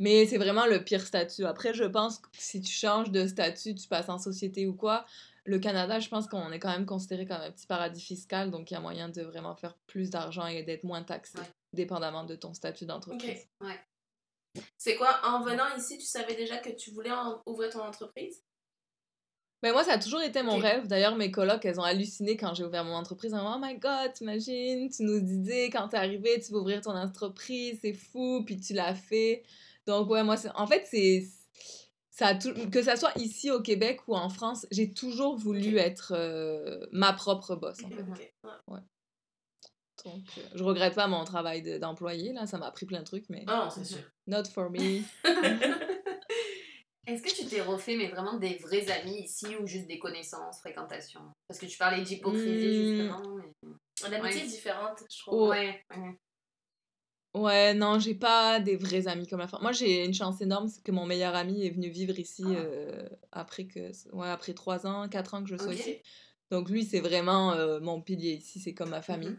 Speaker 3: Mais c'est vraiment le pire statut. Après, je pense que si tu changes de statut, tu passes en société ou quoi, le Canada, je pense qu'on est quand même considéré comme un petit paradis fiscal, donc il y a moyen de vraiment faire plus d'argent et d'être moins taxé,
Speaker 1: Ouais.
Speaker 3: dépendamment de ton statut d'entreprise.
Speaker 2: Ok. C'est quoi, en venant ici, tu savais déjà que tu voulais en- ouvrir ton entreprise
Speaker 3: Ben moi, ça a toujours été mon
Speaker 2: Ok.
Speaker 3: rêve. D'ailleurs, mes colocs, elles ont halluciné quand j'ai ouvert mon entreprise. Elles m'ont dit, Oh my god, t'imagines, tu nous disais quand t'es arrivé, tu vas ouvrir ton entreprise, c'est fou, puis tu l'as fait. Donc, ouais, moi, c'est- en fait, c'est. Ça a tou- Que ça soit ici au Québec ou en France, j'ai toujours voulu être euh, ma propre boss. en fait.
Speaker 2: Ok, ouais.
Speaker 3: Donc, euh, je regrette pas mon travail de- d'employé, là, ça m'a appris plein de trucs, mais
Speaker 2: Ah non, c'est sûr.
Speaker 3: not for me.
Speaker 1: Est-ce que tu t'es refait, mais vraiment des vrais amis ici ou juste des connaissances, fréquentations Parce que tu parlais d'hypocrisie
Speaker 3: Hmm.
Speaker 1: justement. mais-
Speaker 2: L'amitié
Speaker 1: Ouais.
Speaker 2: est différente, je trouve.
Speaker 3: Oh.
Speaker 1: Ouais, ouais.
Speaker 3: Ouais, non, j'ai pas des vrais amis comme la France. Moi, j'ai une chance énorme, c'est que mon meilleur ami est venu vivre ici
Speaker 1: Ah.
Speaker 3: euh, après que, ouais, après trois ans, quatre ans que je sois
Speaker 1: Ok.
Speaker 3: ici. Donc lui, c'est vraiment euh, mon pilier ici, c'est comme ma
Speaker 1: Mmh
Speaker 3: famille.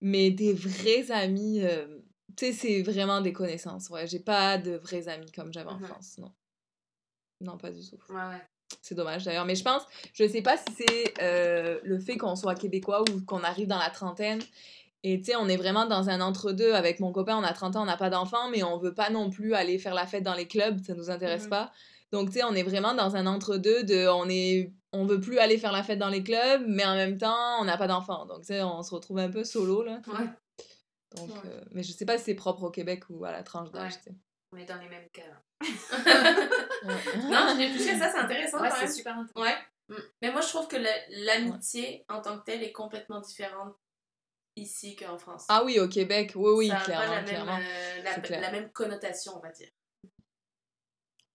Speaker 3: Mais des vrais amis, euh, tu sais, c'est vraiment des connaissances. Ouais, j'ai pas de vrais amis comme j'avais en
Speaker 1: Mhm.
Speaker 3: France, non. Non, pas du tout.
Speaker 1: Ouais, ouais.
Speaker 3: C'est dommage d'ailleurs, mais je pense, je sais pas si c'est euh, le fait qu'on soit québécois ou qu'on arrive dans la trentaine. Et tu sais, on est vraiment dans un entre-deux. Avec mon copain, on a 30 ans, on n'a pas d'enfants, mais on veut pas non plus aller faire la fête dans les clubs, ça nous intéresse
Speaker 2: Mhm.
Speaker 3: pas. Donc tu sais, on est vraiment dans un entre-deux de on est on veut plus aller faire la fête dans les clubs, mais en même temps, on n'a pas d'enfants. Donc tu sais, on se retrouve un peu solo là.
Speaker 1: Ouais,
Speaker 3: Donc
Speaker 2: Ouais.
Speaker 3: euh, mais je sais pas si c'est propre au Québec ou à la tranche d'âge, tu sais.
Speaker 1: on est dans les mêmes cas. là.
Speaker 2: Non, je réfléchis à ça, c'est intéressant
Speaker 1: Ouais,
Speaker 2: quand
Speaker 1: c'est
Speaker 2: même.
Speaker 1: super intéressant.
Speaker 2: Ouais.
Speaker 1: Mm.
Speaker 2: Mais moi, je trouve que la- l'amitié en tant que telle est complètement différente ici qu'en France.
Speaker 3: Ah oui, au Québec. Oui oui,
Speaker 2: ça a
Speaker 3: clairement,
Speaker 2: pas la même,
Speaker 3: clairement.
Speaker 2: euh, la,
Speaker 3: C'est clair.
Speaker 2: la même connotation, on va dire.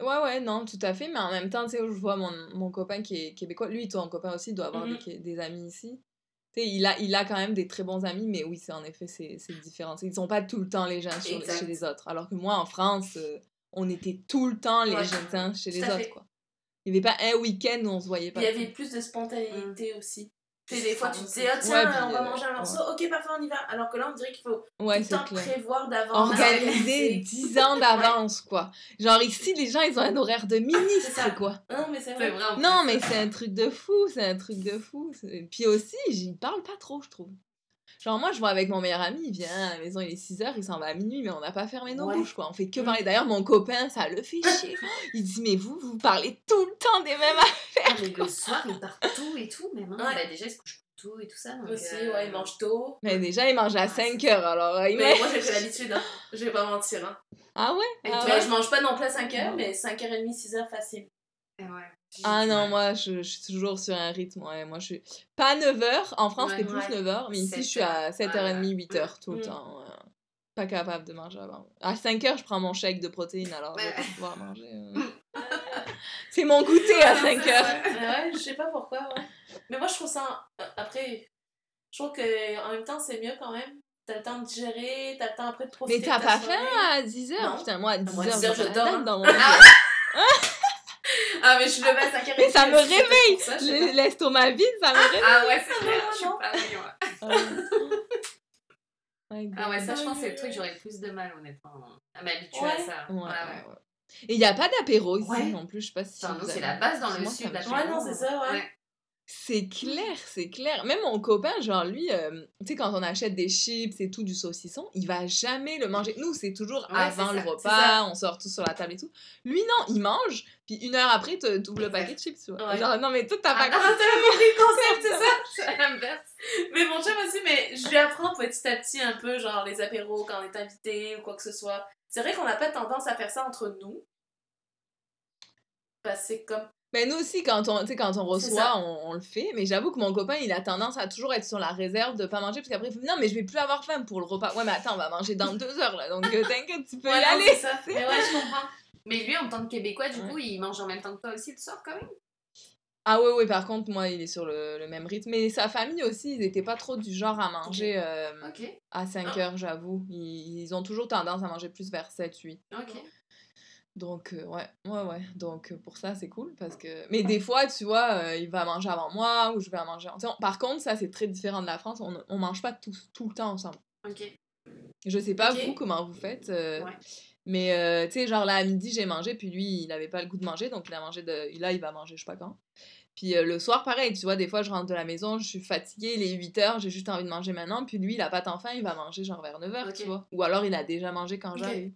Speaker 3: Ouais, ouais, non, tout à fait. Mais en même temps, tu sais, je vois mon, mon copain qui est québécois. Lui, ton copain aussi, il doit avoir
Speaker 2: Mhm.
Speaker 3: des, des amis ici. Tu sais, il a, il a quand même des très bons amis, mais oui, c'est en effet, c'est c'est différent. Ils sont pas tout le temps les gens sur-
Speaker 2: Exact.
Speaker 3: chez les autres. Alors que moi, en France, euh, on était tout le temps les
Speaker 2: Ouais.
Speaker 3: gens chez
Speaker 2: Tout
Speaker 3: les
Speaker 2: à fait.
Speaker 3: autres, quoi. Il n'y avait pas un week-end où on se voyait pas. Mm.
Speaker 2: Il y avait plus de spontanéité aussi. Tu sais, des fois, tu te disais, ah, tiens,
Speaker 3: Ouais, puis,
Speaker 2: on va
Speaker 3: euh,
Speaker 2: manger un morceau, ok, parfait, on y va. Alors que là, on dirait qu'il faut
Speaker 3: Ouais,
Speaker 2: tout le
Speaker 3: c'est
Speaker 2: temps
Speaker 3: clair.
Speaker 2: prévoir d'avance.
Speaker 3: Organisé
Speaker 2: organiser.
Speaker 3: 10 ans d'avance, quoi. Genre ici, les gens, ils ont un horaire de
Speaker 2: ça.
Speaker 3: ministre, quoi.
Speaker 2: Non, mais c'est
Speaker 1: C'est
Speaker 2: vrai.
Speaker 1: vrai. en
Speaker 3: Non,
Speaker 1: plus.
Speaker 3: mais c'est un truc de fou, c'est un truc de fou. C'est- Puis aussi, j'y parle pas trop, je trouve. Genre, moi, je vois avec mon meilleur ami, il vient à la maison, il est 6h, il s'en va à minuit, mais on n'a pas fermé nos
Speaker 2: Ouais.
Speaker 3: bouches, quoi. On fait que
Speaker 2: Mm.
Speaker 3: parler. D'ailleurs, mon copain, ça le fait chier. Il dit, mais vous, vous parlez tout le temps des mêmes
Speaker 1: Ah, mais le soir, ils partent tôt et tout, mais non,
Speaker 2: Ouais.
Speaker 1: bah, déjà, ils se couchent tôt et tout ça. donc,
Speaker 2: Aussi,
Speaker 1: euh,
Speaker 2: ouais, il mange tôt.
Speaker 3: Mais déjà, il mange à
Speaker 1: Ah,
Speaker 3: 5h, alors euh, il
Speaker 2: Mais
Speaker 3: mange-
Speaker 2: moi, j'ai fait l'habitude, hein. je vais pas mentir. Hein.
Speaker 3: Ah ouais?
Speaker 1: Et
Speaker 3: Ah,
Speaker 2: Tu vois,
Speaker 3: ouais.
Speaker 2: je mange pas non plus à 5h, mais 5h30, 6h facile.
Speaker 1: et ouais.
Speaker 3: Ah non, moi, je, je suis toujours sur un rythme, ouais. Moi, je suis pas 9h, en France,
Speaker 1: Ouais,
Speaker 3: c'est plus
Speaker 2: ouais.
Speaker 3: 9h, mais ici, je suis à 7h30, 8h tout le temps. ouais. Pas capable de manger avant. À 5h, je prends mon shake de protéines, alors je vais
Speaker 1: Ouais.
Speaker 3: pas pouvoir manger. euh. c'est mon goûter à 5h.
Speaker 2: Ouais, Ah ouais, je sais pas pourquoi, ouais. Mais moi, je trouve ça. euh, Après, je trouve que en même temps, c'est mieux quand même. T'as le temps de digérer, t'as le temps après de profiter.
Speaker 3: Mais t'as
Speaker 2: de ta
Speaker 3: pas
Speaker 2: soirée.
Speaker 3: faim à 10h?
Speaker 2: Non.
Speaker 3: Putain, moi, à 10h,
Speaker 2: 10 heures, je dors, hein.
Speaker 3: dans mon
Speaker 2: Ah, mais je suis levée à 5h30.
Speaker 3: Mais ça me
Speaker 2: réveille ça, je sais pas.
Speaker 3: lit. L'estomac vide, ça me réveille.
Speaker 1: Ah ouais, c'est clair,
Speaker 2: non,
Speaker 1: je suis
Speaker 2: non.
Speaker 1: pareil, Ah ouais.
Speaker 3: Ouais,
Speaker 1: Ah ouais, ça, je pense que c'est le truc, que j'aurais plus de mal, honnêtement, à m'habituer à
Speaker 2: Ouais.
Speaker 1: ça.
Speaker 3: Ouais,
Speaker 1: Ouais, ouais.
Speaker 3: ouais, ouais. Et il n'y a pas d'apéro ici
Speaker 1: Ouais.
Speaker 3: non plus, je sais pas si.
Speaker 1: Enfin, nous,
Speaker 3: vous
Speaker 1: c'est
Speaker 3: avez-
Speaker 1: la base dans le
Speaker 3: Moi,
Speaker 1: sud.
Speaker 3: ça me
Speaker 1: la
Speaker 3: choque.
Speaker 2: Ouais, non, c'est ça, ouais.
Speaker 1: Mmh.
Speaker 3: C'est clair, c'est clair. Même mon copain, genre lui, euh, tu sais, quand on achète des chips et tout, du saucisson, il va jamais le manger. Nous, c'est toujours
Speaker 1: Ouais,
Speaker 3: avant
Speaker 1: c'est
Speaker 3: le
Speaker 1: ça,
Speaker 3: repas, on sort tous sur la table et tout. Lui, non, il mange, puis une heure après, te double le paquet de chips, tu vois.
Speaker 2: Ouais.
Speaker 3: Genre, non, mais toi, t'as
Speaker 1: Ah,
Speaker 3: pas
Speaker 2: Ah, t'as compris le concept, c'est ça?
Speaker 1: C'est à l'inverse.
Speaker 2: Mais mon chum aussi, mais je lui apprends petit à petit un peu, genre les apéros quand on est invité ou quoi que ce soit. C'est vrai qu'on n'a pas tendance à faire ça entre nous. Parce que c'est comme.
Speaker 3: Mais Ben, nous aussi, quand on, tu sais, quand on
Speaker 1: C'est
Speaker 3: reçoit,
Speaker 1: ça.
Speaker 3: on, on le fait. Mais j'avoue que mon copain, il a tendance à toujours être sur la réserve de pas manger. Parce qu'après, il fait Non, mais je vais plus avoir faim pour le repas. Ouais, mais attends, on va manger dans deux heures, là. Donc, euh, t'inquiète, tu peux y
Speaker 2: Voilà,
Speaker 3: aller.
Speaker 2: c'est ça.
Speaker 1: Mais ouais, je comprends. Mais lui, en tant que Québécois, du coup, il mange en même temps que toi aussi le soir quand même.
Speaker 3: Ah, ouais, ouais, par contre, moi, il est sur le, le même rythme. Mais sa famille aussi, ils n'étaient pas trop du genre à manger euh,
Speaker 1: Ok,
Speaker 3: à 5 heures, j'avoue. Ils, ils ont toujours tendance à manger plus vers 7, 8.
Speaker 1: ok.
Speaker 3: Donc, euh, ouais, ouais, ouais. Donc, euh, pour ça, c'est cool parce que. Mais des fois, tu vois, euh, il va manger avant moi ou je vais à manger. tu sais, on- Par contre, ça, c'est très différent de la France. On, on mange pas tous tout le temps ensemble.
Speaker 1: Ok.
Speaker 3: Je sais pas
Speaker 2: Ok.
Speaker 3: vous comment vous faites. euh,
Speaker 1: Ouais.
Speaker 3: Mais euh, tu sais, genre là à midi j'ai mangé, puis lui il avait pas le goût de manger, donc il a mangé de. Là il va manger, je sais pas quand. Puis euh, le soir pareil, tu vois, des fois je rentre de la maison, je suis fatiguée, il est 8h, j'ai juste envie de manger maintenant, puis lui il a pas tant faim, il va manger genre vers 9h, tu
Speaker 1: Ok.
Speaker 3: vois. Ou alors il a déjà mangé quand
Speaker 2: Ok.
Speaker 3: j'arrive.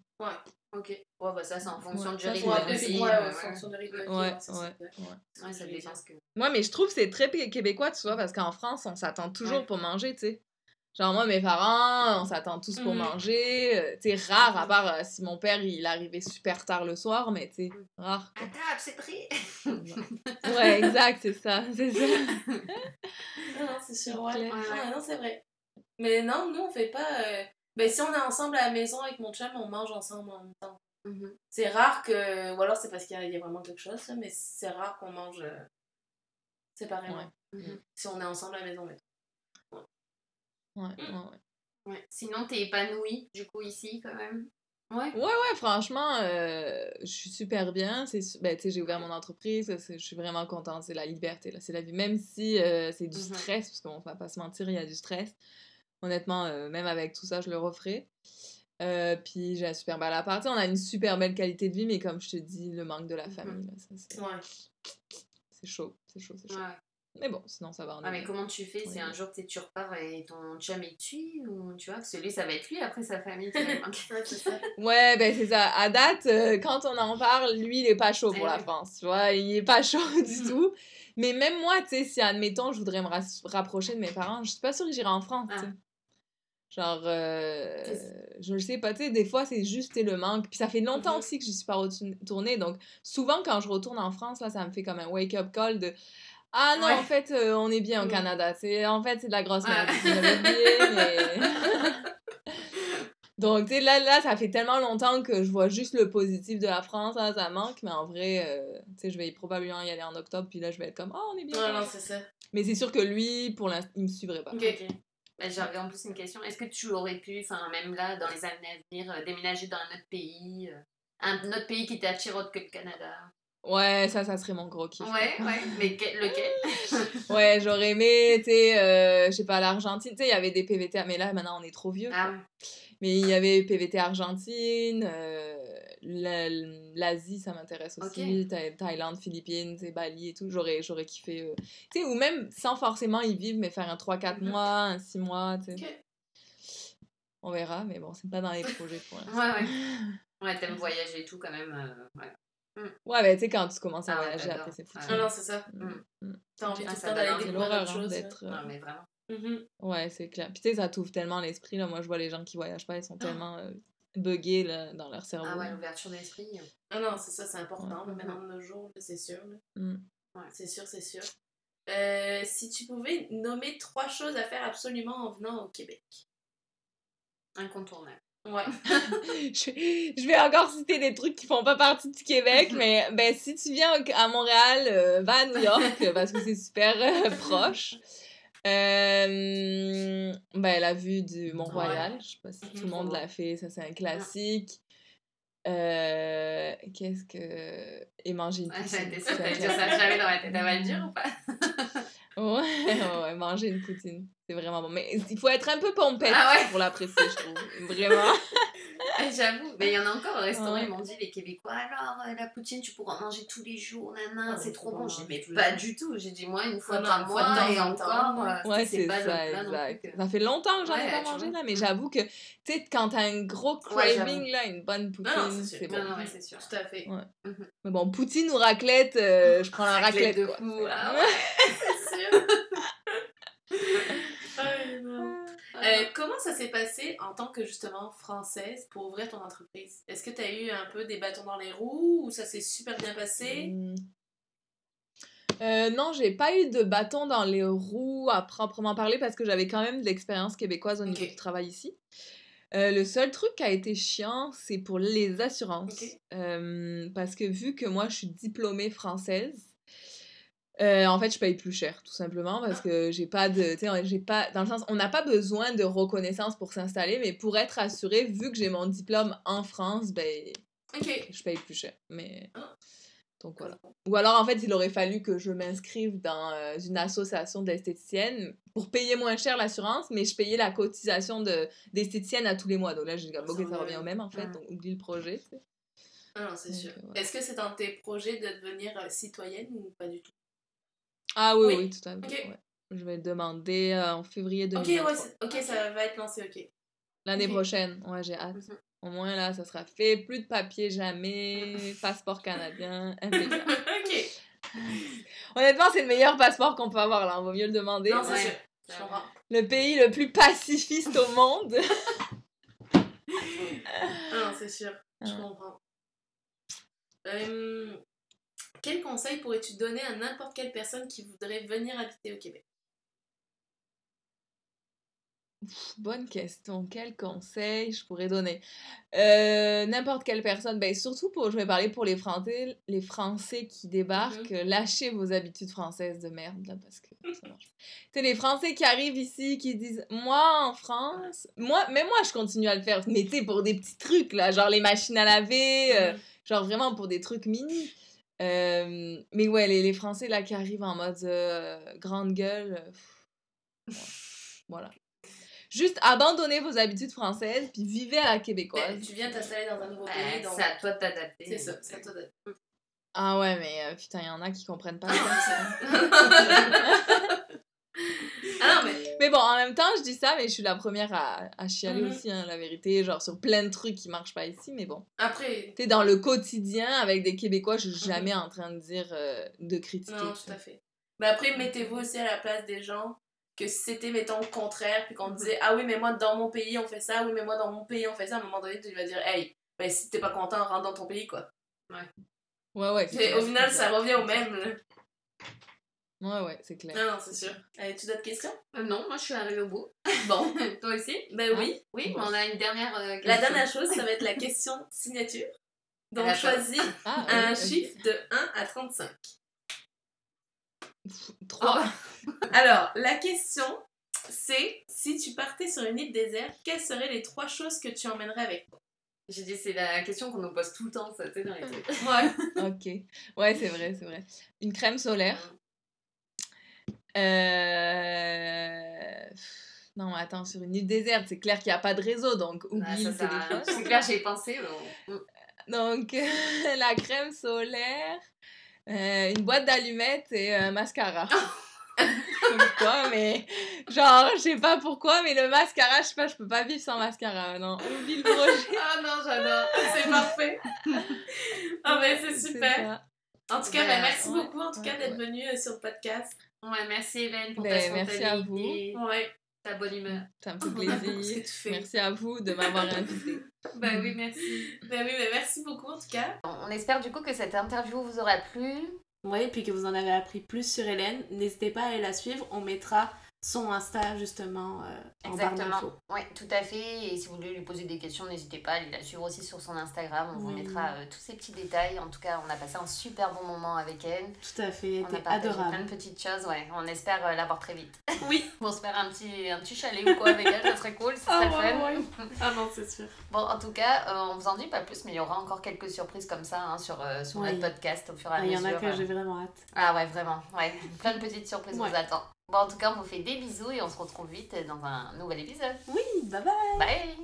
Speaker 1: Ok. Ouais, bah ça, c'est en fonction
Speaker 3: Ouais,
Speaker 1: du
Speaker 3: ça,
Speaker 1: rythme
Speaker 3: c'est
Speaker 2: Ouais,
Speaker 3: Ouais,
Speaker 2: et
Speaker 1: aussi,
Speaker 2: puis,
Speaker 3: ouais,
Speaker 2: ouais,
Speaker 1: euh,
Speaker 2: en
Speaker 1: voilà.
Speaker 2: fonction de rythme.
Speaker 3: Ouais,
Speaker 2: ça,
Speaker 3: ouais,
Speaker 2: c'est
Speaker 3: ouais.
Speaker 1: Ouais, ça dépend ce que.
Speaker 3: Moi, mais je trouve que c'est très p- québécois, tu vois, parce qu'en France, on s'attend toujours
Speaker 1: Ouais.
Speaker 3: pour manger, tu sais. Genre, moi, mes parents, on s'attend tous pour
Speaker 2: Mhm.
Speaker 3: manger. euh, tu sais, rare, à part euh, si mon père, il arrivait super tard le soir, mais tu sais, rare.
Speaker 1: Ah, tape, c'est pris
Speaker 3: Ouais, exact, c'est ça, c'est ça.
Speaker 2: Non, non, c'est sûr, ouais.
Speaker 3: clair.
Speaker 2: Ouais,
Speaker 1: Ouais.
Speaker 2: non, c'est vrai. Mais non, nous, on fait pas. euh, Ben, si on est ensemble à la maison avec mon chum, on mange ensemble en même temps.
Speaker 1: Mhm.
Speaker 2: C'est rare que. Ou alors, c'est parce qu'il y, a- il y a vraiment quelque chose, là, mais c'est rare qu'on mange euh, séparément. Mm.
Speaker 1: Ouais. Mhm.
Speaker 2: Si on est ensemble à la maison, mais.
Speaker 3: Ouais, ouais, ouais.
Speaker 1: Ouais. Sinon, t'es épanouie, du coup, ici, quand même. Ouais.
Speaker 3: Ouais, Ah ouais, franchement, euh, je suis super bien. c'est su- Ben, tu sais, j'ai ouvert mon entreprise, c'est- je suis vraiment contente. C'est la liberté, là, c'est la vie. Même si euh, c'est du
Speaker 1: Mhm.
Speaker 3: stress, parce qu'on va pas se mentir, il y a du stress. Honnêtement, euh, même avec tout ça, je le referai. Euh, puis j'ai un super bel appart. Tu sais, On a une super belle qualité de vie, mais comme je te dis, le manque de la famille, là, ça, c'est-
Speaker 2: Ouais.
Speaker 3: c'est chaud, c'est chaud, c'est chaud.
Speaker 1: Ouais.
Speaker 3: Mais bon, sinon ça va. on
Speaker 1: Ah,
Speaker 3: est
Speaker 1: mais
Speaker 3: bien.
Speaker 1: comment tu fais
Speaker 3: Ouais.
Speaker 1: si un jour t'es- tu repars et ton chum est dessus ou tu vois que celui ça va être lui après sa famille finalement.
Speaker 2: Ouais, c'est ça.
Speaker 3: Ouais, ben c'est ça. À date, euh, quand on en parle, lui, il est pas chaud
Speaker 1: Eh
Speaker 3: pour la
Speaker 1: oui.
Speaker 3: France, tu vois. Il est pas chaud du tout. Mais même moi, tu sais, si admettons, je voudrais me ras- rapprocher de mes parents, je suis pas sûre que j'irai en France,
Speaker 1: Ah.
Speaker 3: tu sais. Genre, euh, je le sais pas, tu sais, des fois, c'est juste tu sais, le manque. Puis ça fait longtemps
Speaker 2: Mhm.
Speaker 3: aussi que je suis pas retournée. Donc, souvent, quand je retourne en France, là, ça me fait comme un wake-up call de Ah non,
Speaker 1: Ouais. Ah.
Speaker 3: en fait, euh, on est bien au
Speaker 1: Mhm.
Speaker 3: Canada. C'est, en fait, c'est de la grosse
Speaker 1: Ouais.
Speaker 3: merde. Je l'avais oublié, mais. Donc, tu sais, là, là, ça fait tellement longtemps que je vois juste le positif de la France, ah, ça manque, mais en vrai, euh, tu sais, je vais probablement y aller en octobre, puis là, je vais être comme, oh, on est bien.
Speaker 2: Ouais, non, c'est ça.
Speaker 3: mais c'est sûr que lui, pour l'instant, il me suivrait pas.
Speaker 2: Ok.
Speaker 1: Bah, J'avais en plus une question. Est-ce que tu aurais pu, enfin même là, dans les années à venir, euh, déménager dans un autre pays, euh, un autre pays qui t'attire autre que le Canada
Speaker 3: Ouais, ça, ça serait mon gros kiff.
Speaker 1: Ouais, ouais. Mais que- lequel
Speaker 3: Ouais, j'aurais aimé, tu sais, euh, je sais pas, l'Argentine, tu sais, il y avait des PVT, mais là, maintenant, on est trop vieux.
Speaker 1: Ah,
Speaker 3: quoi. Mais il y avait PVT Argentine, euh, la- l'Asie, ça m'intéresse aussi, Tha- Thaïlande, Philippines, et Bali et tout, j'aurais j'aurais kiffé. euh, Tu sais, ou même sans forcément y vivre, mais faire un 3-4
Speaker 1: Mhm.
Speaker 3: mois, un 6 mois, tu sais.
Speaker 2: Ok.
Speaker 3: On verra, mais bon, c'est pas dans les projets pour l'instant.
Speaker 1: ouais, ouais. Ouais, t'aimes voyager et tout quand même. euh, ouais.
Speaker 3: Ouais, mais tu sais, quand tu commences à
Speaker 1: Ah ouais,
Speaker 3: voyager,
Speaker 1: j'adore.
Speaker 3: après, c'est foutu.
Speaker 2: Non, non, c'est ça. T'as envie
Speaker 1: Ah,
Speaker 2: Mm. tout le
Speaker 1: ça
Speaker 2: temps
Speaker 1: balance.
Speaker 2: d'aller
Speaker 3: C'est
Speaker 2: découvrir
Speaker 3: l'horreur
Speaker 2: autre
Speaker 3: hein,
Speaker 2: chose.
Speaker 3: d'être. euh,
Speaker 1: Non, mais vraiment.
Speaker 2: Mhm.
Speaker 3: Ouais, c'est clair. Puis tu sais, ça t'ouvre tellement l'esprit. Là, moi, je vois les gens qui voyagent pas, ils sont tellement euh, buggés là, dans leur cerveau.
Speaker 1: Ah ouais, l'ouverture d'esprit. euh.
Speaker 2: Ah non, c'est ça, c'est important.
Speaker 1: Ouais.
Speaker 2: Maintenant, de nos jours, là, c'est sûr. là.
Speaker 3: Mm.
Speaker 2: Ouais, C'est sûr, c'est sûr. Euh, si tu pouvais nommer trois choses à faire absolument en venant au Québec.
Speaker 1: Incontournable.
Speaker 2: Ouais.
Speaker 3: je, je vais encore citer des trucs qui font pas partie du Québec, mais ben, si tu viens au- à Montréal, euh, va à New York euh, parce que c'est super euh, proche. Euh, ben, la vue du Mont-Royal, je sais pas si tout le monde l'a fait, ça c'est un classique. Euh, Qu'est-ce que. Et manger une
Speaker 1: Ouais,
Speaker 3: poutine.
Speaker 1: J'étais
Speaker 3: c'est
Speaker 1: sûre que t'allais
Speaker 3: un
Speaker 1: dire ça. J'avais dans la tête. Elle va le dire ou pas
Speaker 3: Ouais, ouais, ouais, manger une poutine. C'est vraiment bon. Mais il faut être un peu pompette
Speaker 1: Ah ouais.
Speaker 3: pour l'apprécier, je trouve. Vraiment.
Speaker 1: Ah, J'avoue, mais il y en a encore au restaurant,
Speaker 3: Ouais.
Speaker 1: ils m'ont dit, les Québécois, alors euh, la poutine, tu pourras en manger tous les jours, nana,
Speaker 2: Ah,
Speaker 1: c'est
Speaker 2: mais
Speaker 1: trop
Speaker 2: faut
Speaker 1: bon.
Speaker 2: en
Speaker 1: J'ai dit,
Speaker 2: manger
Speaker 1: mais
Speaker 2: tous les
Speaker 1: pas
Speaker 2: jours.
Speaker 1: du tout, j'ai dit, moi, une fois
Speaker 2: non,
Speaker 1: par
Speaker 2: une
Speaker 1: mois,
Speaker 2: fois de temps
Speaker 1: et
Speaker 2: en temps,
Speaker 1: encore, euh,
Speaker 3: Ouais,
Speaker 1: c'est
Speaker 3: c'est
Speaker 1: pas le
Speaker 3: ça,
Speaker 1: plat non plus
Speaker 3: exact.
Speaker 1: que-
Speaker 3: Ça fait longtemps que j'en ai
Speaker 1: Ouais,
Speaker 3: pas
Speaker 1: tu
Speaker 3: mangé,
Speaker 1: vois.
Speaker 3: là, mais j'avoue que, tu sais, quand t'as un gros
Speaker 1: Ouais,
Speaker 3: craving, là, une bonne poutine,
Speaker 2: Non, non, c'est sûr.
Speaker 3: c'est bon.
Speaker 1: Non, non, ouais, c'est sûr.
Speaker 2: Tout à fait.
Speaker 3: Mais bon, poutine ou raclette, euh, je prends la raclette,
Speaker 1: Raclette de
Speaker 3: quoi.
Speaker 1: fou,
Speaker 3: C'est-
Speaker 1: là,
Speaker 2: Ouais, non. Euh, comment ça s'est passé en tant que justement française pour ouvrir ton entreprise? Est-ce que tu as eu un peu des bâtons dans les roues ou ça s'est super bien passé?
Speaker 3: Hmm. Euh, non, j'ai pas eu de bâton dans les roues à proprement parler parce que j'avais quand même de l'expérience québécoise au niveau
Speaker 2: Ok.
Speaker 3: du travail ici. Euh, le seul truc qui a été chiant, c'est pour les assurances.
Speaker 2: Ok.
Speaker 3: Euh, parce que vu que moi, je suis diplômée française, euh, en fait, je paye plus cher, tout simplement, parce
Speaker 2: Ah.
Speaker 3: que j'ai pas de. Tu sais, j'ai pas. Dans le sens, on n'a pas besoin de reconnaissance pour s'installer, mais pour être assurée, vu que j'ai mon diplôme en France, ben,
Speaker 2: Ok.
Speaker 3: je paye plus cher. Mais.
Speaker 2: Ah.
Speaker 3: Donc voilà. Ou alors, en fait, il aurait fallu que je m'inscrive dans euh, une association d'esthéticiennes pour payer moins cher l'assurance, mais je payais la cotisation de- d'esthéticienne à tous les mois. Donc là, j'ai dit,
Speaker 2: Ah,
Speaker 3: ok,
Speaker 2: ça
Speaker 3: ça revient
Speaker 2: revient.
Speaker 3: au même, en fait,
Speaker 1: Mm.
Speaker 3: donc oublie le projet. tu sais.
Speaker 2: Ah non, c'est
Speaker 3: Donc,
Speaker 2: sûr.
Speaker 3: euh, ouais.
Speaker 2: Est-ce que c'est dans tes projets de devenir euh, citoyenne ou pas du tout
Speaker 3: Ah oui,
Speaker 2: Oui.
Speaker 3: oui, tout à fait.
Speaker 2: Ok.
Speaker 3: ouais. Je vais demander euh, en février
Speaker 2: Ok,
Speaker 3: 2023.
Speaker 2: ouais, c'est- ok, ça va être lancé, ok.
Speaker 3: L'année
Speaker 2: ok.
Speaker 3: prochaine. Ouais, j'ai hâte.
Speaker 1: Mhm.
Speaker 3: Au moins, là, ça sera fait. Plus de papier jamais. Passeport canadien. impeccable.
Speaker 2: ok.
Speaker 3: Honnêtement, c'est le meilleur passeport qu'on peut avoir, là. On va mieux le demander.
Speaker 2: Non, c'est
Speaker 1: Ouais.
Speaker 2: sûr. Je
Speaker 1: Ça
Speaker 2: comprends.
Speaker 3: Le pays le plus pacifiste au monde.
Speaker 2: Ah non, c'est sûr. Je
Speaker 3: Ouais.
Speaker 2: comprends. Euh, quel conseil pourrais-tu donner à n'importe quelle personne qui voudrait venir habiter au Québec
Speaker 3: Bonne question. Quel conseil je pourrais donner Euh, N'importe quelle personne, ben, surtout pour, je vais parler pour les Français, les Français qui débarquent, euh, lâchez vos habitudes françaises de merde, là, parce que ça marche. pas. Tu sais, les Français qui arrivent ici, qui disent Moi en France, moi, mais moi je continue à le faire, mais tu sais, pour des petits trucs, là, genre les machines à laver, euh, genre vraiment pour des trucs mini. Euh, mais ouais, les, les Français là qui arrivent en mode euh, grande gueule, euh, pff, ouais. voilà. Juste abandonnez vos habitudes françaises puis vivez à la québécoise.
Speaker 2: Ben, Tu viens t'installer dans un nouveau
Speaker 1: Ben,
Speaker 2: pays, donc
Speaker 1: c'est à toi de t'adapter.
Speaker 2: c'est ça, c'est à toi de...
Speaker 3: Ah ouais, mais euh, putain, il y en a qui comprennent pas. ça.
Speaker 2: Ah non, mais...
Speaker 3: mais bon, en même temps, je dis ça, mais je suis la première à, à chialer
Speaker 2: Mhm.
Speaker 3: aussi, hein, la vérité, genre sur plein de trucs qui marchent pas ici, mais bon.
Speaker 2: Après,
Speaker 3: T'es dans le quotidien avec des Québécois, je suis jamais en train de dire euh, de critiquer.
Speaker 2: Mhm. non,
Speaker 3: tu
Speaker 2: tout à
Speaker 3: sais.
Speaker 2: fait. Mais après, mettez-vous aussi à la place des gens que si c'était, mettons, le contraire, puis qu'on te disait « Ah oui, mais moi, dans mon pays, on fait ça. Oui, mais moi, dans mon pays, on fait ça. » À un moment donné, tu vas dire « Hey, ben, si t'es pas content, rentre dans ton pays, quoi.
Speaker 3: Ouais, ouais. » c'est
Speaker 2: Et Au
Speaker 3: clair,
Speaker 2: final,
Speaker 3: c'est
Speaker 2: ça revient au même, là.
Speaker 3: clair. Ouais, ouais, c'est clair.
Speaker 2: Non, non, c'est sûr. tu d'autres questions
Speaker 1: Euh, Non, moi je suis arrivée au bout.
Speaker 2: Bon,
Speaker 1: toi aussi
Speaker 2: ben
Speaker 3: Ah.
Speaker 2: oui.
Speaker 1: Oui, mais on a une dernière euh, question.
Speaker 2: La dernière chose, ça va être la question signature.
Speaker 1: À
Speaker 2: Donc,
Speaker 1: la
Speaker 2: choisis
Speaker 3: Ah,
Speaker 2: un
Speaker 3: ouais,
Speaker 2: chiffre de 1 à 35. Ah
Speaker 3: ok. Trois.
Speaker 2: Alors, la question, c'est si tu partais sur une île déserte, quelles seraient les trois choses que tu emmènerais avec toi
Speaker 1: J'ai dit, c'est la question qu'on nous pose tout le temps, ça, tu sais, dans les trucs.
Speaker 2: Ouais.
Speaker 3: Ok. Ouais, c'est vrai, c'est vrai. Une crème solaire. Euh... pff, Non, mais attends, sur une île déserte, c'est clair qu'il n'y a pas de réseau,
Speaker 2: Bah,
Speaker 3: donc oublie
Speaker 1: Ah, ça
Speaker 3: le
Speaker 1: sert à rien.
Speaker 3: téléphone.
Speaker 1: C'est clair, j'ai pensé. mais on-
Speaker 3: Donc, la crème solaire, euh, une boîte d'allumettes et un mascara. Comme quoi, mais genre, je sais pas pourquoi, mais le mascara, je sais pas, je peux pas vivre sans mascara. Non, oublie le projet.
Speaker 2: Ah non, j'adore. C'est parfait. Ah ben, c'est super.
Speaker 3: ça.
Speaker 2: En tout cas,
Speaker 1: Ben,
Speaker 2: ben, merci
Speaker 3: ouais,
Speaker 2: beaucoup en tout
Speaker 3: ouais,
Speaker 2: cas d'être venu euh, sur le podcast.
Speaker 1: Ouais, merci Hélène pour ta
Speaker 3: Ben, merci à
Speaker 1: spontanéité,
Speaker 2: Ouais.
Speaker 1: ta bonne humeur.
Speaker 3: Ça me fait
Speaker 2: Pour ce que
Speaker 3: plaisir.
Speaker 2: tu fais.
Speaker 3: Merci à vous de m'avoir invité.
Speaker 1: Ben oui, merci.
Speaker 2: Ben oui, ben merci beaucoup en tout cas.
Speaker 5: On espère du coup que cette interview vous aura plu.
Speaker 4: Oui, et puis que vous en avez appris plus sur Hélène, n'hésitez pas à aller la suivre. On mettra son Insta justement euh, en barre
Speaker 5: Exactement.
Speaker 4: d'infos.
Speaker 5: Oui, tout à fait. Et si vous voulez lui poser des questions, n'hésitez pas à aller la suivre aussi sur son Instagram. On vous
Speaker 4: Oui.
Speaker 5: mettra euh, tous ces petits détails. En tout cas, on a passé un super bon moment avec elle.
Speaker 4: Tout à fait, elle
Speaker 5: On a
Speaker 4: était
Speaker 5: partagé plein
Speaker 4: adorable.
Speaker 5: de petites choses. Ouais, on espère euh, la voir très vite.
Speaker 2: Oui.
Speaker 5: On se faire un petit, un petit chalet ou quoi avec elle, ça serait cool, ça serait
Speaker 2: Ah, ouais,
Speaker 5: fun.
Speaker 2: ouais. Ah non, c'est sûr.
Speaker 5: Bon, en tout cas, euh, on vous en dit pas plus, mais il y aura encore quelques surprises comme ça hein, sur, euh, sur
Speaker 4: Oui.
Speaker 5: notre podcast au fur et à
Speaker 4: Ah, Il y
Speaker 5: mesure.
Speaker 4: en a que
Speaker 5: euh.
Speaker 4: j'ai vraiment hâte.
Speaker 5: Ah ouais, vraiment. Ouais. Plein de petites surprises
Speaker 4: Ouais.
Speaker 5: vous attendent. Bon, en tout cas, on vous fait des bisous et on se retrouve vite dans un nouvel épisode.
Speaker 4: Oui, bye bye
Speaker 5: Bye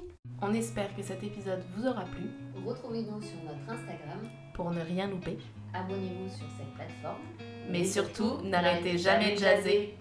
Speaker 4: On espère que cet épisode vous aura plu.
Speaker 5: Retrouvez-nous sur notre Instagram.
Speaker 4: Pour ne rien louper,
Speaker 5: Abonnez-vous sur cette plateforme.
Speaker 4: Mais surtout, n'arrêtez jamais de jaser.